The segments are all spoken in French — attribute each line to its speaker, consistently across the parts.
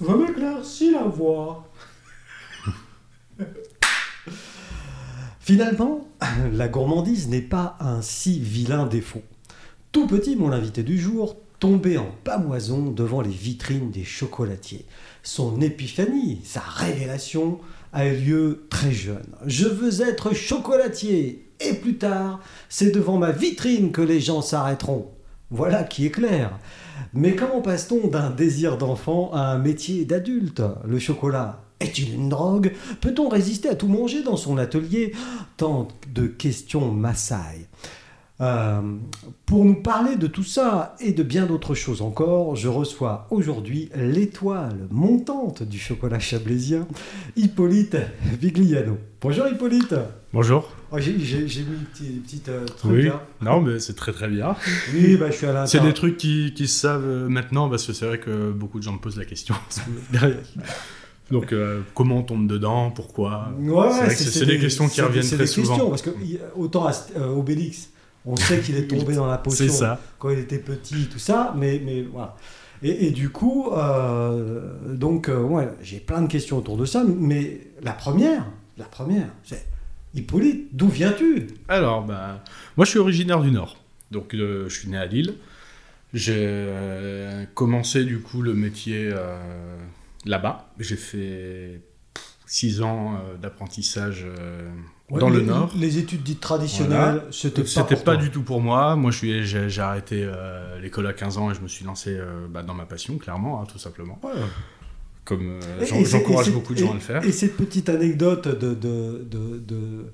Speaker 1: Je m'éclaircis la voix. Finalement, la gourmandise n'est pas un si vilain défaut. Tout petit, mon invité du jour tombait en pamoison devant les vitrines des chocolatiers. Son épiphanie, sa révélation, a eu lieu très jeune. Je veux être chocolatier et plus tard, c'est devant ma vitrine que les gens s'arrêteront. Voilà qui est clair. Mais comment passe-t-on d'un désir d'enfant à un métier d'adulte Le chocolat est-il une drogue Peut-on résister à tout manger dans son atelier Tant de questions Maasai. Euh, pour nous parler de tout ça et de bien d'autres choses encore, je reçois aujourd'hui l'étoile montante du chocolat chablaisien, Hippolyte Vigliano. Bonjour Hippolyte
Speaker 2: Bonjour.
Speaker 1: Oh, j'ai, j'ai- j'ai mis des petites euh, trucs
Speaker 2: Oui.
Speaker 1: là.
Speaker 2: Non, mais c'est très très bien.
Speaker 1: Oui, bah, je suis à la
Speaker 2: C'est des trucs qui, qui se savent euh, maintenant parce que c'est vrai que beaucoup de gens me posent la question. derrière. Donc, euh, comment on tombe dedans Pourquoi
Speaker 1: Ouais,
Speaker 2: C'est vrai que c'est- c'est des questions qui
Speaker 1: c'est-
Speaker 2: reviennent
Speaker 1: c'est
Speaker 2: très
Speaker 1: des questions,
Speaker 2: souvent.
Speaker 1: parce que il- autant à St- euh, Obélix, on sait qu'il est tombé dans la potion
Speaker 2: C'est ça.
Speaker 1: quand il était petit, tout ça, mais, mais voilà. Et, et du coup, euh, donc, euh, ouais, j'ai plein de questions autour de ça, mais la première, la première, c'est Hippolyte, d'où viens-tu
Speaker 2: Alors, bah, moi je suis originaire du Nord. Donc, euh, je suis né à Lille. J'ai euh, commencé du coup le métier euh, là-bas. J'ai fait 6 ans euh, d'apprentissage euh,
Speaker 1: Ouais,
Speaker 2: dans le
Speaker 1: les-
Speaker 2: Nord.
Speaker 1: Les études dites traditionnelles, c'était pas,
Speaker 2: C'était
Speaker 1: pour
Speaker 2: pas
Speaker 1: toi.
Speaker 2: du tout pour moi. Moi, je suis, j'ai, j'ai arrêté euh, l'école à 15 ans et je me suis lancé euh, bah, dans ma passion, clairement, hein, tout simplement.
Speaker 1: Ouais.
Speaker 2: Comme euh,
Speaker 1: Et-
Speaker 2: j'en-
Speaker 1: et c'est-
Speaker 2: j'encourage
Speaker 1: et c'est-
Speaker 2: beaucoup de gens
Speaker 1: et-
Speaker 2: à le faire.
Speaker 1: Et cette petite anecdote de... de, de, de-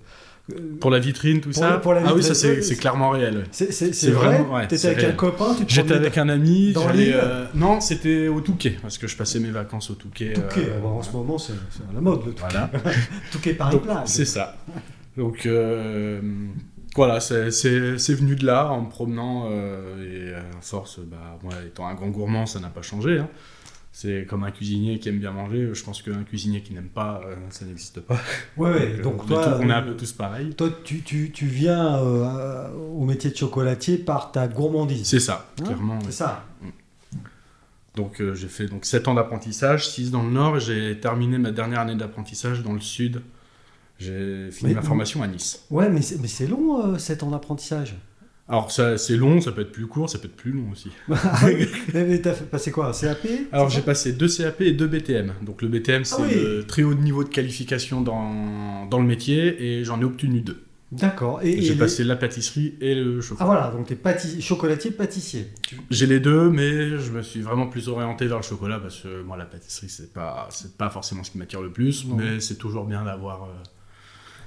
Speaker 1: euh,
Speaker 2: Pour la vitrine, tout
Speaker 1: Pour
Speaker 2: ça.
Speaker 1: la- pour la
Speaker 2: ah oui,
Speaker 1: vitrine,
Speaker 2: ça c'est,
Speaker 1: c'est-
Speaker 2: c'est clairement réel. ouais.
Speaker 1: c'est- C'est c'est
Speaker 2: c'est
Speaker 1: vrai,
Speaker 2: vraiment- ouais,
Speaker 1: t'étais
Speaker 2: c'est
Speaker 1: avec un
Speaker 2: réel.
Speaker 1: copain, tu te
Speaker 2: J'étais
Speaker 1: promenais
Speaker 2: avec un ami.
Speaker 1: dans
Speaker 2: j'allais,
Speaker 1: l'île
Speaker 2: euh, non, c'était au Touquet parce que je passais mes vacances au Touquet.
Speaker 1: Touquet,
Speaker 2: euh, Ah,
Speaker 1: bah, en ce moment c'est c'est à la mode le
Speaker 2: voilà.
Speaker 1: Touquet Paris
Speaker 2: Donc,
Speaker 1: Plage.
Speaker 2: C'est ça. Donc euh, voilà, c'est- c'est c'est venu de là en me promenant euh, et à force, bah, moi étant un grand gourmand, ça n'a pas changé. hein. C'est comme un cuisinier qui aime bien manger. Je pense qu'un cuisinier qui n'aime pas, euh, ça n'existe pas.
Speaker 1: Ouais, ouais,
Speaker 2: Donc, euh, on
Speaker 1: donc
Speaker 2: est
Speaker 1: toi,
Speaker 2: tous- on est
Speaker 1: euh,
Speaker 2: un peu tous pareils.
Speaker 1: toi, tu, tu, tu viens euh, au métier de chocolatier par ta gourmandise.
Speaker 2: C'est ça,
Speaker 1: Ouais,
Speaker 2: clairement.
Speaker 1: C'est ça.
Speaker 2: Donc euh, j'ai fait donc 7 ans d'apprentissage, 6 dans le nord, et j'ai terminé ma dernière année d'apprentissage dans le sud. J'ai fini
Speaker 1: Mais-
Speaker 2: ma formation à Nice.
Speaker 1: Ouais, mais c'est mais c'est long, euh, 7 ans d'apprentissage.
Speaker 2: Alors ça, c'est long, ça peut être plus court, ça peut être plus long aussi.
Speaker 1: Ah mais mais t'as fait passé quoi Un CAP
Speaker 2: Alors
Speaker 1: c'est
Speaker 2: j'ai
Speaker 1: ça
Speaker 2: passé deux CAP et deux BTM. Donc le BTM c'est
Speaker 1: Ah oui.
Speaker 2: le très haut niveau de qualification dans, dans le métier et j'en ai obtenu deux.
Speaker 1: D'accord. Et, et
Speaker 2: J'ai
Speaker 1: les-
Speaker 2: passé la pâtisserie et le chocolat.
Speaker 1: Ah voilà, donc t'es pâtissier, chocolatier, pâtissier. Tu-
Speaker 2: J'ai les deux mais je me suis vraiment plus orienté vers le chocolat parce que moi la pâtisserie c'est pas c'est pas forcément ce qui m'attire le plus
Speaker 1: Non.
Speaker 2: mais c'est toujours bien d'avoir euh,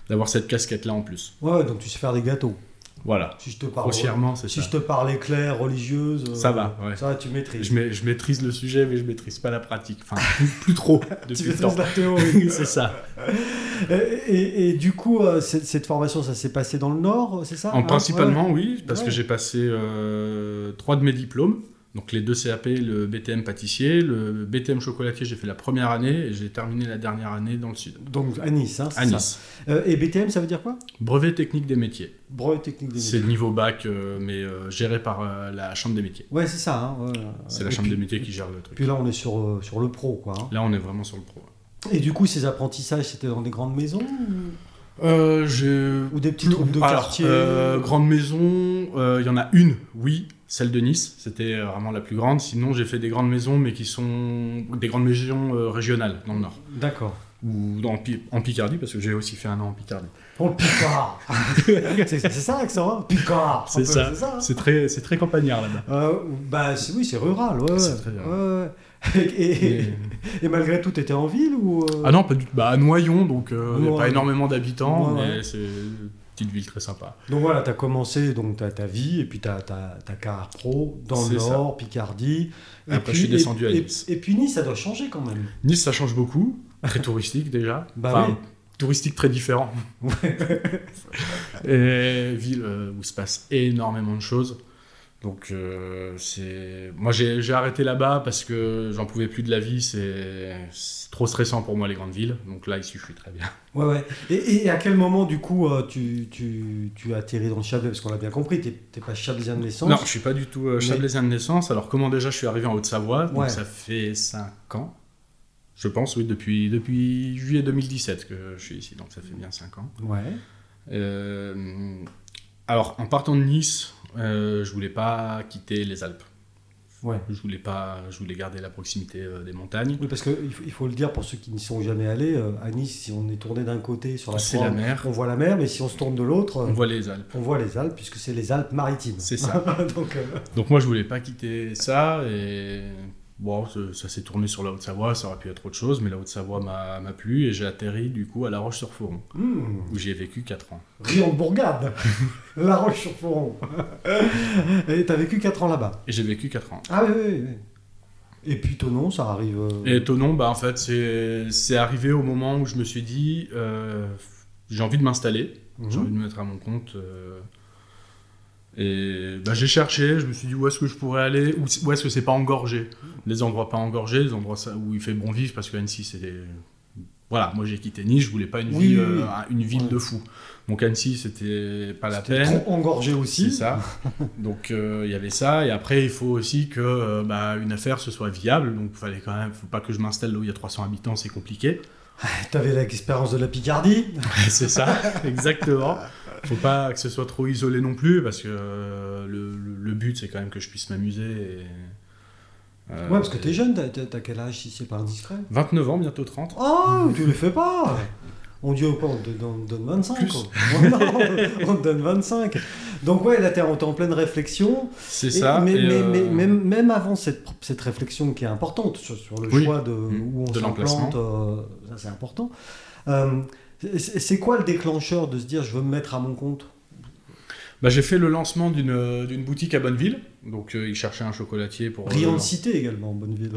Speaker 2: d'avoir cette casquette là en plus.
Speaker 1: Ouais, donc tu sais faire des gâteaux.
Speaker 2: Voilà.
Speaker 1: Si je te parle,
Speaker 2: Grossièrement c'est
Speaker 1: Ah si
Speaker 2: ça.
Speaker 1: je te parle éclair, religieuse. euh,
Speaker 2: Ça va, ouais.
Speaker 1: Ça, tu maîtrises.
Speaker 2: Je, ma- je maîtrise le sujet mais je maîtrise pas la pratique. Enfin plus, plus trop
Speaker 1: Tu
Speaker 2: depuis le temps.
Speaker 1: maîtrises la théorie.
Speaker 2: c'est ça.
Speaker 1: et, Euh, et- et du coup, euh, cette, cette formation, ça s'est passé dans le Nord, c'est ça
Speaker 2: En
Speaker 1: Ah, ouais.
Speaker 2: principalement, oui, parce
Speaker 1: Ouais.
Speaker 2: que j'ai passé euh, trois de mes diplômes. Donc les deux CAP, le BTM pâtissier, le BTM chocolatier, j'ai fait la première année et j'ai terminé la dernière année dans le sud,
Speaker 1: Donc à Nice, hein, c'est
Speaker 2: à
Speaker 1: ça.
Speaker 2: Nice.
Speaker 1: Euh, et BTM, ça veut dire quoi
Speaker 2: Brevet technique des métiers.
Speaker 1: Brevet technique des
Speaker 2: C'est
Speaker 1: métiers.
Speaker 2: le niveau bac, euh, mais euh, géré par euh, la chambre des métiers.
Speaker 1: Ouais, c'est ça. hein, voilà.
Speaker 2: C'est la
Speaker 1: Et
Speaker 2: chambre
Speaker 1: puis-
Speaker 2: des métiers qui gère le truc.
Speaker 1: Puis là, on est sur, euh, sur le pro, quoi. hein.
Speaker 2: Là, on est vraiment sur le pro.
Speaker 1: Et du coup, ces apprentissages, c'était dans des grandes maisons ou-
Speaker 2: Euh, j'ai-
Speaker 1: ou des petits groupes de
Speaker 2: Alors,
Speaker 1: quartier
Speaker 2: euh, Grande maison, euh, il y en a une, oui, celle de Nice, c'était euh, vraiment la plus grande. Sinon, j'ai fait des grandes maisons, mais qui sont des grandes maisons euh, régionales dans le Nord.
Speaker 1: D'accord.
Speaker 2: Ou dans, Pi- en Picardie, parce que j'ai aussi fait un an en Picardie.
Speaker 1: Pour le Picard C'est c'est ça l'accent, hein Picard un
Speaker 2: C'est
Speaker 1: peu,
Speaker 2: ça.
Speaker 1: hein
Speaker 2: C'est très, c'est très campagnard là-bas.
Speaker 1: Euh, bah, c'est- oui, c'est rural, ouais.
Speaker 2: C'est
Speaker 1: ouais.
Speaker 2: très rural.
Speaker 1: Ouais, ouais. Et, et- et malgré tout, t'étais en ville ou euh,
Speaker 2: Ah non, pas du tout. Bah, à Noyon, donc euh, il y a
Speaker 1: Ouais.
Speaker 2: pas énormément d'habitants,
Speaker 1: Ouais,
Speaker 2: mais c'est une petite ville très sympa.
Speaker 1: Donc voilà, t'as commencé donc ta, ta vie et puis ta, ta, ta carrière pro dans le
Speaker 2: C'est ça.
Speaker 1: Nord, Picardie. Et
Speaker 2: Après, je suis descendu à
Speaker 1: et-
Speaker 2: Nice.
Speaker 1: Et, puis Nice, ça doit changer quand même.
Speaker 2: Nice, ça change beaucoup. Très touristique déjà.
Speaker 1: Bah oui.
Speaker 2: touristique très différent. Et ville euh, où il se passe énormément de choses. Donc, euh, c'est. Moi, j'ai j'ai arrêté là-bas parce que j'en pouvais plus de la vie. C'est c'est trop stressant pour moi, les grandes villes. Donc là, ici, je suis très bien.
Speaker 1: Ouais, ouais. Et, et à quel moment, du coup, euh, tu, tu, tu atterris dans le Chablais Parce qu'on l'a bien compris, t'es t'es pas chablaisien de naissance.
Speaker 2: Non, je suis pas du tout euh, chablaisien de naissance. Alors, comment déjà je suis arrivé en Haute-Savoie, donc
Speaker 1: Ouais.
Speaker 2: ça fait 5 ans. Je pense, oui, depuis, depuis juillet 2017 que je suis ici, donc ça fait bien 5 ans.
Speaker 1: Ouais.
Speaker 2: Euh, alors, en partant de Nice, euh, je voulais pas quitter les Alpes.
Speaker 1: Ouais.
Speaker 2: Je voulais pas, je voulais garder la proximité euh, des montagnes.
Speaker 1: Oui, parce qu'il faut, il faut le dire pour ceux qui n'y sont jamais allés, euh, à Nice, si on est tourné d'un côté sur la
Speaker 2: C'est
Speaker 1: Somme,
Speaker 2: la mer.
Speaker 1: on voit la mer, mais si on se tourne de l'autre,
Speaker 2: On
Speaker 1: euh,
Speaker 2: voit les Alpes.
Speaker 1: on voit les Alpes, puisque c'est les Alpes maritimes.
Speaker 2: C'est ça.
Speaker 1: Donc, euh,
Speaker 2: Donc moi, je voulais pas quitter ça et bon, ça, ça s'est tourné sur la Haute-Savoie. Ça aurait pu être autre chose, mais la Haute-Savoie m'a m'a plu et j'ai atterri du coup à La Roche-sur-Foron
Speaker 1: hmm.
Speaker 2: où j'y ai vécu 4 ans.
Speaker 1: Rion de Bourgade, La Roche-sur-Foron. Et t'as vécu 4 ans là-bas.
Speaker 2: Et j'ai vécu 4 ans.
Speaker 1: Ah oui, oui, oui. Et puis ton nom, ça arrive. euh,
Speaker 2: Et Tonon, bah en fait, c'est c'est arrivé au moment où je me suis dit, euh, j'ai envie de m'installer.
Speaker 1: mhm.
Speaker 2: J'ai envie de me mettre à mon compte. euh, Et bah, j'ai cherché, je me suis dit où est-ce que je pourrais aller, où, où est-ce que c'est pas engorgé. Les endroits pas engorgés, les endroits ça- où il fait bon vivre, parce que Annecy, c'est des... Voilà, moi j'ai quitté Nice, je voulais pas une
Speaker 1: Oui,
Speaker 2: ville,
Speaker 1: oui, oui.
Speaker 2: euh, une ville
Speaker 1: Ouais.
Speaker 2: de fou. Donc Annecy, c'était pas la
Speaker 1: T'es
Speaker 2: peine.
Speaker 1: trop engorgé aussi.
Speaker 2: C'est ça. Donc euh, il y avait ça. Et après, il faut aussi que euh, bah, une affaire se soit viable. Donc fallait quand même, faut pas que je m'installe là où il y a 300 habitants, c'est compliqué.
Speaker 1: T'avais l'expérience de la Picardie.
Speaker 2: c'est ça, exactement. Faut pas que ce soit trop isolé non plus, parce que euh, le, le- le but c'est quand même que je puisse m'amuser. et, euh,
Speaker 1: Ouais, parce que t'es jeune, t'as- t'as t'as quel âge si c'est pas indiscret
Speaker 2: 29 ans, bientôt 30.
Speaker 1: Oh, tu le fais pas On dit quoi On te don- on te donne 25
Speaker 2: Plus.
Speaker 1: quoi. Non, on te donne 25. Donc ouais, là t'es en, t'es en pleine réflexion.
Speaker 2: C'est
Speaker 1: Et-
Speaker 2: ça.
Speaker 1: mais,
Speaker 2: et,
Speaker 1: mais-
Speaker 2: euh,
Speaker 1: mais- même, même avant cette, cette réflexion qui est importante sur, sur le
Speaker 2: Oui.
Speaker 1: choix de,
Speaker 2: Mm.
Speaker 1: où on
Speaker 2: De l'emplacement.
Speaker 1: s'implante, euh, ça c'est important. Euh, c'est c'est quoi le déclencheur de se dire je veux me mettre à mon compte
Speaker 2: bah, j'ai fait le lancement d'une d'une boutique à Bonneville. Donc euh, ils cherchaient un chocolatier pour. euh,
Speaker 1: Riante cité également, Bonneville.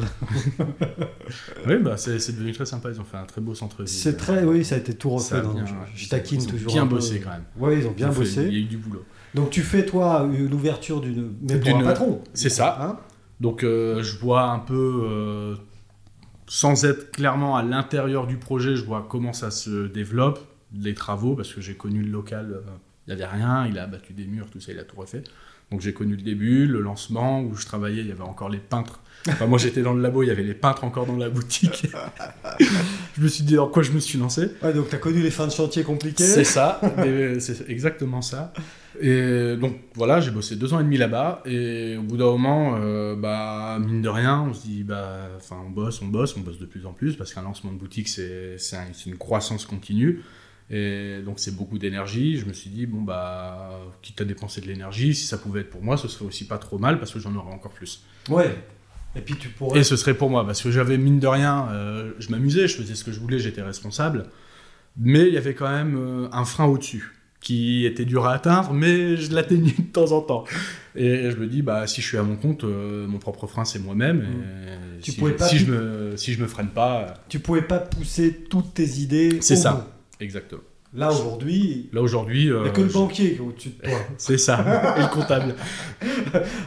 Speaker 2: Oui, bah, c'est c'est devenu très sympa. Ils ont fait un très beau centre-ville.
Speaker 1: C'est très, oui, ça a été tout refait.
Speaker 2: Ça a
Speaker 1: dans-
Speaker 2: bien-
Speaker 1: je, je taquine
Speaker 2: ils ont
Speaker 1: toujours.
Speaker 2: Bien
Speaker 1: un peu.
Speaker 2: bossé quand même.
Speaker 1: Ouais, ils ont bien
Speaker 2: Ils ont fait-
Speaker 1: bossé.
Speaker 2: Il y a eu du boulot.
Speaker 1: Donc tu fais toi l'ouverture d'une, mais pour un
Speaker 2: D'une-
Speaker 1: patron.
Speaker 2: c'est ça.
Speaker 1: Hein
Speaker 2: Donc euh, je vois un peu, euh, sans être clairement à l'intérieur du projet, je vois comment ça se développe, les travaux, parce que j'ai connu le local, euh, il n'y avait rien, il a abattu des murs, tout ça, il a tout refait. Donc j'ai connu le début, le lancement, où je travaillais, il y avait encore les peintres. Enfin moi j'étais dans le labo, il y avait les peintres encore dans la boutique. je me suis dit dans quoi je me suis lancé.
Speaker 1: Ouais, donc t'as connu les fins de chantier compliquées.
Speaker 2: C'est ça, mais c'est exactement ça. Et donc voilà, j'ai bossé deux ans et demi là-bas, et au bout d'un moment, euh, bah, mine de rien, on se dit, bah, enfin, on bosse, on bosse, on bosse de plus en plus, parce qu'un lancement de boutique, c'est c'est un- c'est une croissance continue, et donc c'est beaucoup d'énergie. Je me suis dit, bon, bah, quitte à dépenser de l'énergie, si ça pouvait être pour moi, ce serait aussi pas trop mal, parce que j'en aurais encore plus.
Speaker 1: Ouais. Et puis tu pourrais.
Speaker 2: Et ce serait pour moi, parce que j'avais mine de rien, euh, je m'amusais, je faisais ce que je voulais, j'étais responsable. Mais il y avait quand même euh, un frein au-dessus, qui était dur à atteindre, mais je l'atteignais de temps en temps. Et je me dis, bah, si je suis à mon compte, euh, mon propre frein, c'est moi-même. et
Speaker 1: Mmh. Tu
Speaker 2: si,
Speaker 1: pouvais
Speaker 2: je,
Speaker 1: pas
Speaker 2: si,
Speaker 1: pi-
Speaker 2: je me, si je me freine pas, euh,
Speaker 1: Tu pouvais pas pousser toutes tes idées.
Speaker 2: C'est
Speaker 1: au
Speaker 2: ça.
Speaker 1: bout.
Speaker 2: exactement.
Speaker 1: Là aujourd'hui,
Speaker 2: Là aujourd'hui,
Speaker 1: il
Speaker 2: euh,
Speaker 1: n'y a que le
Speaker 2: je-
Speaker 1: banquier qui est au-dessus de toi.
Speaker 2: c'est ça, et le comptable.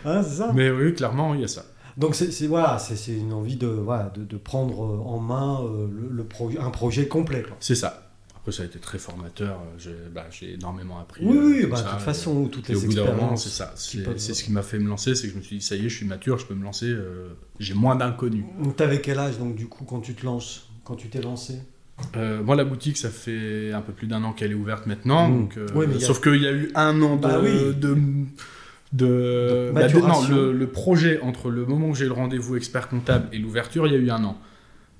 Speaker 1: Hein, c'est ça.
Speaker 2: Mais oui, clairement, il y a ça.
Speaker 1: Donc c'est c'est- voilà, c'est c'est une envie de, voilà, de, de prendre euh, en main euh, le, le projet- un projet complet. quoi.
Speaker 2: C'est ça. Après, ça a été très formateur. euh, J'ai bah, j'ai énormément appris.
Speaker 1: Oui,
Speaker 2: euh,
Speaker 1: oui,
Speaker 2: tout
Speaker 1: bah, de
Speaker 2: ça,
Speaker 1: toute
Speaker 2: et-
Speaker 1: façon, toutes
Speaker 2: Et au
Speaker 1: les
Speaker 2: bout d'un moment,
Speaker 1: expériences.
Speaker 2: c'est ça.
Speaker 1: qui
Speaker 2: C'est
Speaker 1: peuvent-
Speaker 2: c'est ce qui m'a fait me lancer, c'est que je me suis dit, ça y est, je suis mature, je peux me lancer, euh, j'ai moins d'inconnus.
Speaker 1: Donc, T'avais quel âge donc du coup quand tu te lances, quand tu t'es lancé
Speaker 2: Euh, moi, la boutique, ça fait un peu plus d'un an qu'elle est ouverte maintenant.
Speaker 1: Mm.
Speaker 2: donc, euh,
Speaker 1: Ouais, mais il y a-
Speaker 2: sauf qu'il y a eu un an de.
Speaker 1: Bah oui.
Speaker 2: de, de-
Speaker 1: De
Speaker 2: bah, de- non,
Speaker 1: maturation.
Speaker 2: le, le projet entre le moment où j'ai le rendez-vous expert comptable et l'ouverture, il y a eu un an.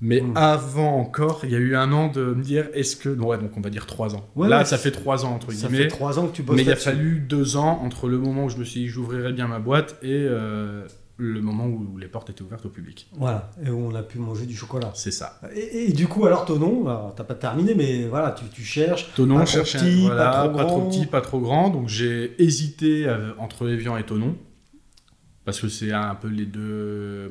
Speaker 2: Mais
Speaker 1: Mm.
Speaker 2: avant encore, il y a eu un an de me dire est-ce que. Ouais, donc on va dire trois ans.
Speaker 1: Ouais,
Speaker 2: Là,
Speaker 1: ouais,
Speaker 2: ça fait trois ans, entre
Speaker 1: Ça
Speaker 2: guillemets.
Speaker 1: fait trois ans que tu bosses.
Speaker 2: Mais il a
Speaker 1: là-dessus.
Speaker 2: fallu deux ans entre le moment où je me suis dit j'ouvrirai bien ma boîte et euh, le moment où les portes étaient ouvertes au public.
Speaker 1: Voilà, et où on a pu manger du chocolat.
Speaker 2: C'est ça.
Speaker 1: Et, et- et du coup, alors ton nom, alors, t'as pas terminé, mais voilà, tu, tu cherches.
Speaker 2: Tonon,
Speaker 1: Pas trop
Speaker 2: cherchait un-
Speaker 1: petit, pas
Speaker 2: voilà,
Speaker 1: trop
Speaker 2: pas trop
Speaker 1: grand.
Speaker 2: petit, pas trop grand. Donc j'ai hésité euh, entre Evian et Tonon parce que c'est un peu les deux, euh,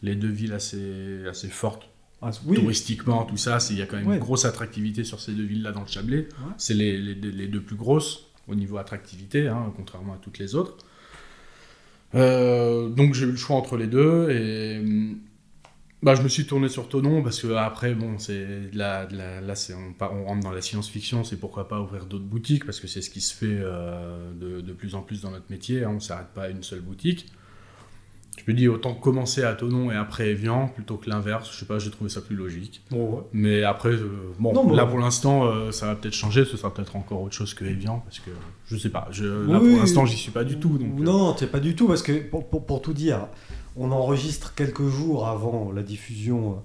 Speaker 2: les deux villes assez, assez fortes
Speaker 1: Ah, oui,
Speaker 2: touristiquement, tout ça. c'est- Il y a quand même
Speaker 1: Ouais.
Speaker 2: une grosse attractivité sur ces deux villes-là dans le Chablais.
Speaker 1: Ouais.
Speaker 2: C'est les, les deux- les deux plus grosses au niveau attractivité, hein, contrairement à toutes les autres. Euh, donc j'ai eu le choix entre les deux et hum, bah, je me suis tourné sur Tonon parce que après bon c'est de la, de la- là c'est on, part- on rentre dans la science-fiction c'est pourquoi pas ouvrir d'autres boutiques parce que c'est ce qui se fait euh, de, de plus en plus dans notre métier hein, on s'arrête pas à une seule boutique Je me dis autant commencer à Tonon et après Evian plutôt que l'inverse. Je sais pas, j'ai trouvé ça plus logique.
Speaker 1: Bon, ouais.
Speaker 2: Mais après, euh, bon,
Speaker 1: Non, mais-
Speaker 2: là pour l'instant, euh, ça va peut-être changer. Ce sera peut-être encore autre chose que Evian parce que je sais pas. Je, là
Speaker 1: Oui,
Speaker 2: pour l'instant, j'y suis pas du tout. Donc, euh,
Speaker 1: non, t'es pas du tout, parce que pour, pour- pour tout dire, on enregistre quelques jours avant la diffusion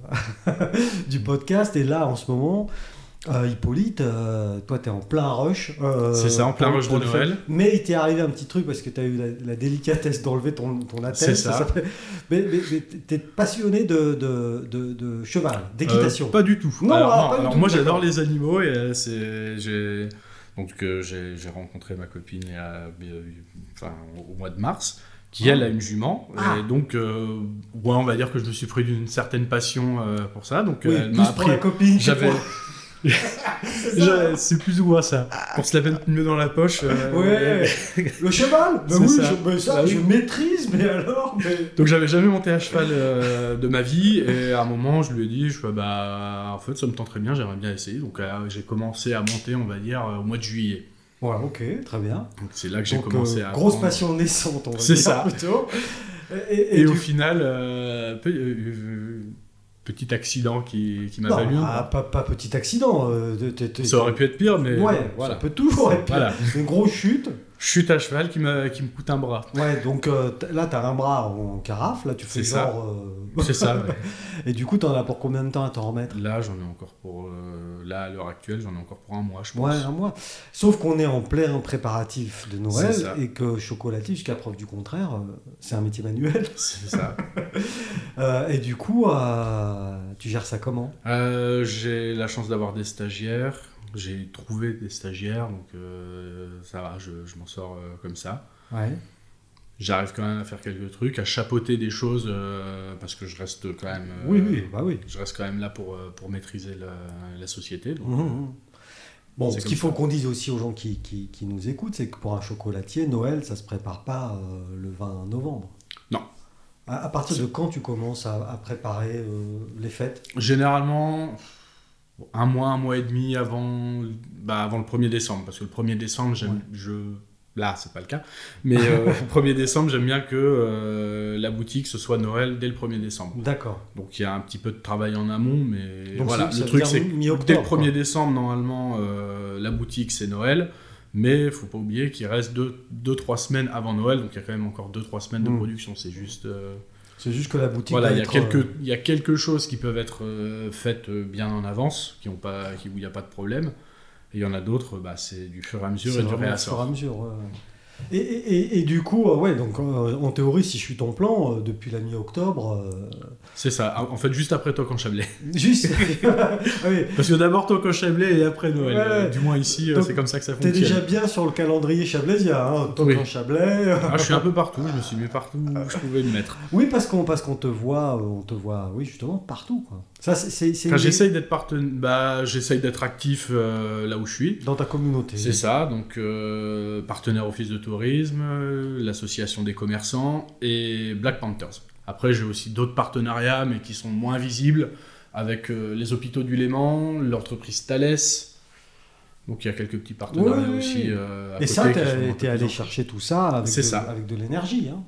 Speaker 1: euh, du podcast, et là, en ce moment, euh, Hippolyte, euh, toi, t'es en plein rush. euh,
Speaker 2: C'est ça, en plein
Speaker 1: pour-
Speaker 2: rush
Speaker 1: pour
Speaker 2: de
Speaker 1: le faire.
Speaker 2: Noël. Euh,
Speaker 1: Mais il t'est arrivé un petit truc parce que t'as eu la, la délicatesse d'enlever ton, ton attelle.
Speaker 2: C'est ça.
Speaker 1: s'appelle- mais mais, mais t'es passionné de, de, de- de cheval, d'équitation.
Speaker 2: Euh, pas du tout.
Speaker 1: Non,
Speaker 2: alors,
Speaker 1: ah,
Speaker 2: non,
Speaker 1: pas du
Speaker 2: alors
Speaker 1: tout,
Speaker 2: moi
Speaker 1: d'accord.
Speaker 2: j'adore les animaux et euh, c'est j'ai donc euh, j'ai j'ai rencontré ma copine il y a, euh, enfin, au mois de mars qui elle a une jument
Speaker 1: Ah.
Speaker 2: et donc euh, ouais, on va dire que je me suis pris d'une certaine passion euh, pour ça donc euh,
Speaker 1: oui,
Speaker 2: elle
Speaker 1: plus
Speaker 2: m'a
Speaker 1: pour
Speaker 2: appris
Speaker 1: la copine. que
Speaker 2: j'avais
Speaker 1: pour- C'est ça.
Speaker 2: Je- c'est plus ou moins ça pour se la mettre mieux dans la poche euh,
Speaker 1: Ouais, le cheval Ben
Speaker 2: C'est
Speaker 1: oui,
Speaker 2: ça.
Speaker 1: Je, ben ça,
Speaker 2: Bah oui.
Speaker 1: je maîtrise, mais alors mais-
Speaker 2: Donc j'avais jamais monté à cheval euh, de ma vie et à un moment je lui ai dit je fais, bah en fait ça me tente très bien j'aimerais bien essayer donc euh, j'ai commencé à monter on va dire euh, au mois de juillet
Speaker 1: Voilà, ok, très bien.
Speaker 2: donc c'est là que j'ai
Speaker 1: Donc,
Speaker 2: commencé
Speaker 1: euh,
Speaker 2: à
Speaker 1: Grosse
Speaker 2: apprendre.
Speaker 1: passion naissante, on va
Speaker 2: C'est
Speaker 1: dire
Speaker 2: ça.
Speaker 1: plutôt. Et,
Speaker 2: et,
Speaker 1: et- et
Speaker 2: au
Speaker 1: tu-
Speaker 2: final euh, pe- euh, euh, petit accident qui, qui m'a
Speaker 1: Non,
Speaker 2: valu
Speaker 1: ah, pas, pas petit accident. euh, de- de- de-
Speaker 2: bah, ça aurait pu être pire mais
Speaker 1: Ouais,
Speaker 2: voilà
Speaker 1: ça peut toujours être pire.
Speaker 2: Voilà.
Speaker 1: Une grosse chute.
Speaker 2: chute à cheval qui, m'a- qui me coûte un bras
Speaker 1: Ouais, donc euh, t- là, t'as un bras en carafe, là, tu fais
Speaker 2: C'est ça.
Speaker 1: genre. euh,
Speaker 2: c'est ça ouais.
Speaker 1: Et du coup, t'en as pour combien de temps à t'en remettre
Speaker 2: là j'en ai encore pour euh, là à l'heure actuelle j'en ai encore pour un mois je pense
Speaker 1: Ouais, un mois. Sauf qu'on est en plein préparatif de
Speaker 2: C'est
Speaker 1: Noël
Speaker 2: ça.
Speaker 1: et que chocolatier, jusqu'à preuve du contraire, euh, c'est un métier manuel.
Speaker 2: c'est ça
Speaker 1: Euh, et du coup, euh, tu gères ça comment
Speaker 2: Euh, j'ai la chance d'avoir des stagiaires. J'ai trouvé des stagiaires, donc euh, ça va, je, je m'en sors euh, comme ça.
Speaker 1: Ouais.
Speaker 2: J'arrive quand même à faire quelques trucs, à chapeauter des choses, euh, parce que je reste quand même. euh,
Speaker 1: Oui, oui, bah oui.
Speaker 2: Je reste quand même là pour, euh, pour maîtriser la, la société. donc,
Speaker 1: Mhm, mhm. Bon,
Speaker 2: C'est
Speaker 1: ce
Speaker 2: comme
Speaker 1: qu'il faut
Speaker 2: ça.
Speaker 1: qu'on dise aussi aux gens qui, qui- qui nous écoutent, c'est que pour un chocolatier, Noël, ça se prépare pas euh, le 20 novembre.
Speaker 2: Non.
Speaker 1: À, à partir de quand tu commences à, à préparer euh, les fêtes
Speaker 2: euh, Généralement, un mois, un mois et demi avant, bah, avant le 1er décembre, parce que le 1er décembre, j'aime,
Speaker 1: Ouais.
Speaker 2: je. Là, c'est pas le cas. Mais euh, le 1er décembre, j'aime bien que euh, la boutique, ce soit Noël dès le 1er décembre.
Speaker 1: D'accord.
Speaker 2: Donc il y a un petit peu de travail en amont, mais
Speaker 1: Donc, c'est-
Speaker 2: voilà,
Speaker 1: ça
Speaker 2: le
Speaker 1: veut
Speaker 2: truc
Speaker 1: dire
Speaker 2: c'est que
Speaker 1: mi-octobre,
Speaker 2: dès le
Speaker 1: quoi.
Speaker 2: 1er décembre, normalement, euh, la boutique c'est Noël, mais faut pas oublier qu'il reste 2-3 deux, deux, trois semaines avant Noël, donc il y a quand même encore 2-3 semaines de
Speaker 1: Mm.
Speaker 2: production, c'est juste... euh,
Speaker 1: C'est juste que la boutique.
Speaker 2: voilà,
Speaker 1: va
Speaker 2: il y, a
Speaker 1: être,
Speaker 2: quelques,
Speaker 1: euh,
Speaker 2: il y a quelque chose qui peuvent être euh, faites euh, bien en avance, qui ont pas, qui, où il n'y a pas de problème, et il y en a d'autres, bah, c'est du fur et à mesure
Speaker 1: c'est
Speaker 2: et du
Speaker 1: vraiment au fur et à
Speaker 2: réassort.
Speaker 1: mesure. ouais, ouais. Et, et- et- et du coup, euh, ouais, donc euh, en théorie, si je suis ton plan, euh, depuis la mi-octobre, euh,
Speaker 2: C'est ça, en fait juste après Toc en Chablais.
Speaker 1: juste. oui,
Speaker 2: Parce que d'abord Toc en Chablais et après Noël,
Speaker 1: Ouais,
Speaker 2: euh,
Speaker 1: ouais.
Speaker 2: du moins ici, euh,
Speaker 1: Donc,
Speaker 2: c'est comme ça que ça
Speaker 1: T'es
Speaker 2: fonctionne.
Speaker 1: déjà bien sur le calendrier chablaisien, hein, Toc
Speaker 2: Oui.
Speaker 1: en Chablais.
Speaker 2: Ah, je suis un peu partout, je me suis mis partout où je pouvais me mettre.
Speaker 1: Oui, parce qu'on parce qu'on te voit, euh, on te voit, oui, justement, partout. Quoi. Ça, c'est- c'est c'est
Speaker 2: Enfin,
Speaker 1: une-
Speaker 2: j'essaye d'être parten... bah, j'essaye d'être actif euh, là où je suis.
Speaker 1: dans ta communauté.
Speaker 2: C'est ça, donc euh, partenaire office de tourisme, euh, l'association des commerçants et Black Panthers. Après, j'ai aussi d'autres partenariats, mais qui sont moins visibles, avec euh, les hôpitaux du Léman, l'entreprise Thales. Donc il y a quelques petits partenariats
Speaker 1: Ouais, ouais,
Speaker 2: aussi.
Speaker 1: ouais.
Speaker 2: euh, à
Speaker 1: Et
Speaker 2: côté
Speaker 1: ça,
Speaker 2: qui sont un
Speaker 1: t'es
Speaker 2: peu
Speaker 1: t'es
Speaker 2: plus
Speaker 1: allé
Speaker 2: en-
Speaker 1: chercher tout ça avec de,
Speaker 2: C'est ça.
Speaker 1: avec de l'énergie. Hein.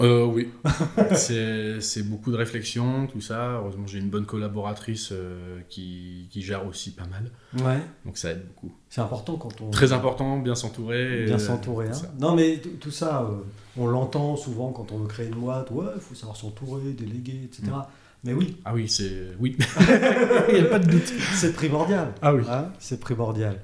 Speaker 2: Euh, oui, c'est c'est beaucoup de réflexion, tout ça. Heureusement, j'ai une bonne collaboratrice euh, qui, qui gère aussi pas mal,
Speaker 1: Ouais.
Speaker 2: donc ça aide beaucoup.
Speaker 1: C'est important quand on
Speaker 2: Très important, bien s'entourer.
Speaker 1: bien
Speaker 2: euh,
Speaker 1: s'entourer.
Speaker 2: tout
Speaker 1: hein.
Speaker 2: ça.
Speaker 1: Non, mais t- tout ça, euh, on l'entend souvent quand on veut créer une boîte. Ouais, il faut savoir s'entourer, déléguer, etc. Mais oui,
Speaker 2: Ah oui, c'est oui. Il n'y a pas de doute.
Speaker 1: c'est primordial.
Speaker 2: Ah oui,
Speaker 1: hein, c'est primordial.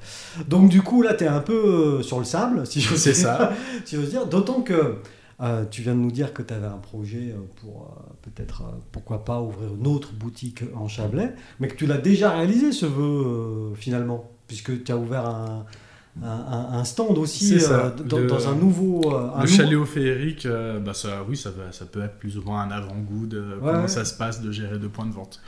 Speaker 1: Donc du coup, là, t'es un peu euh, sur le sable, si je
Speaker 2: c'est ça.
Speaker 1: si j'ose dire. D'autant que euh, tu viens de nous dire que tu avais un projet euh, pour euh, peut-être, euh, pourquoi pas, ouvrir une autre boutique en Chablais, mais que tu l'as déjà réalisé ce vœu euh, finalement, puisque tu as ouvert un, un- un- un stand aussi
Speaker 2: C'est ça,
Speaker 1: euh, dans,
Speaker 2: le-
Speaker 1: dans un nouveau. euh, un
Speaker 2: Le
Speaker 1: nouveau-
Speaker 2: chaléo féerique, euh, bah ça, oui, ça, va- ça peut être plus ou moins un avant-goût de euh,
Speaker 1: Ouais,
Speaker 2: comment
Speaker 1: ouais.
Speaker 2: ça se passe de gérer deux points de vente.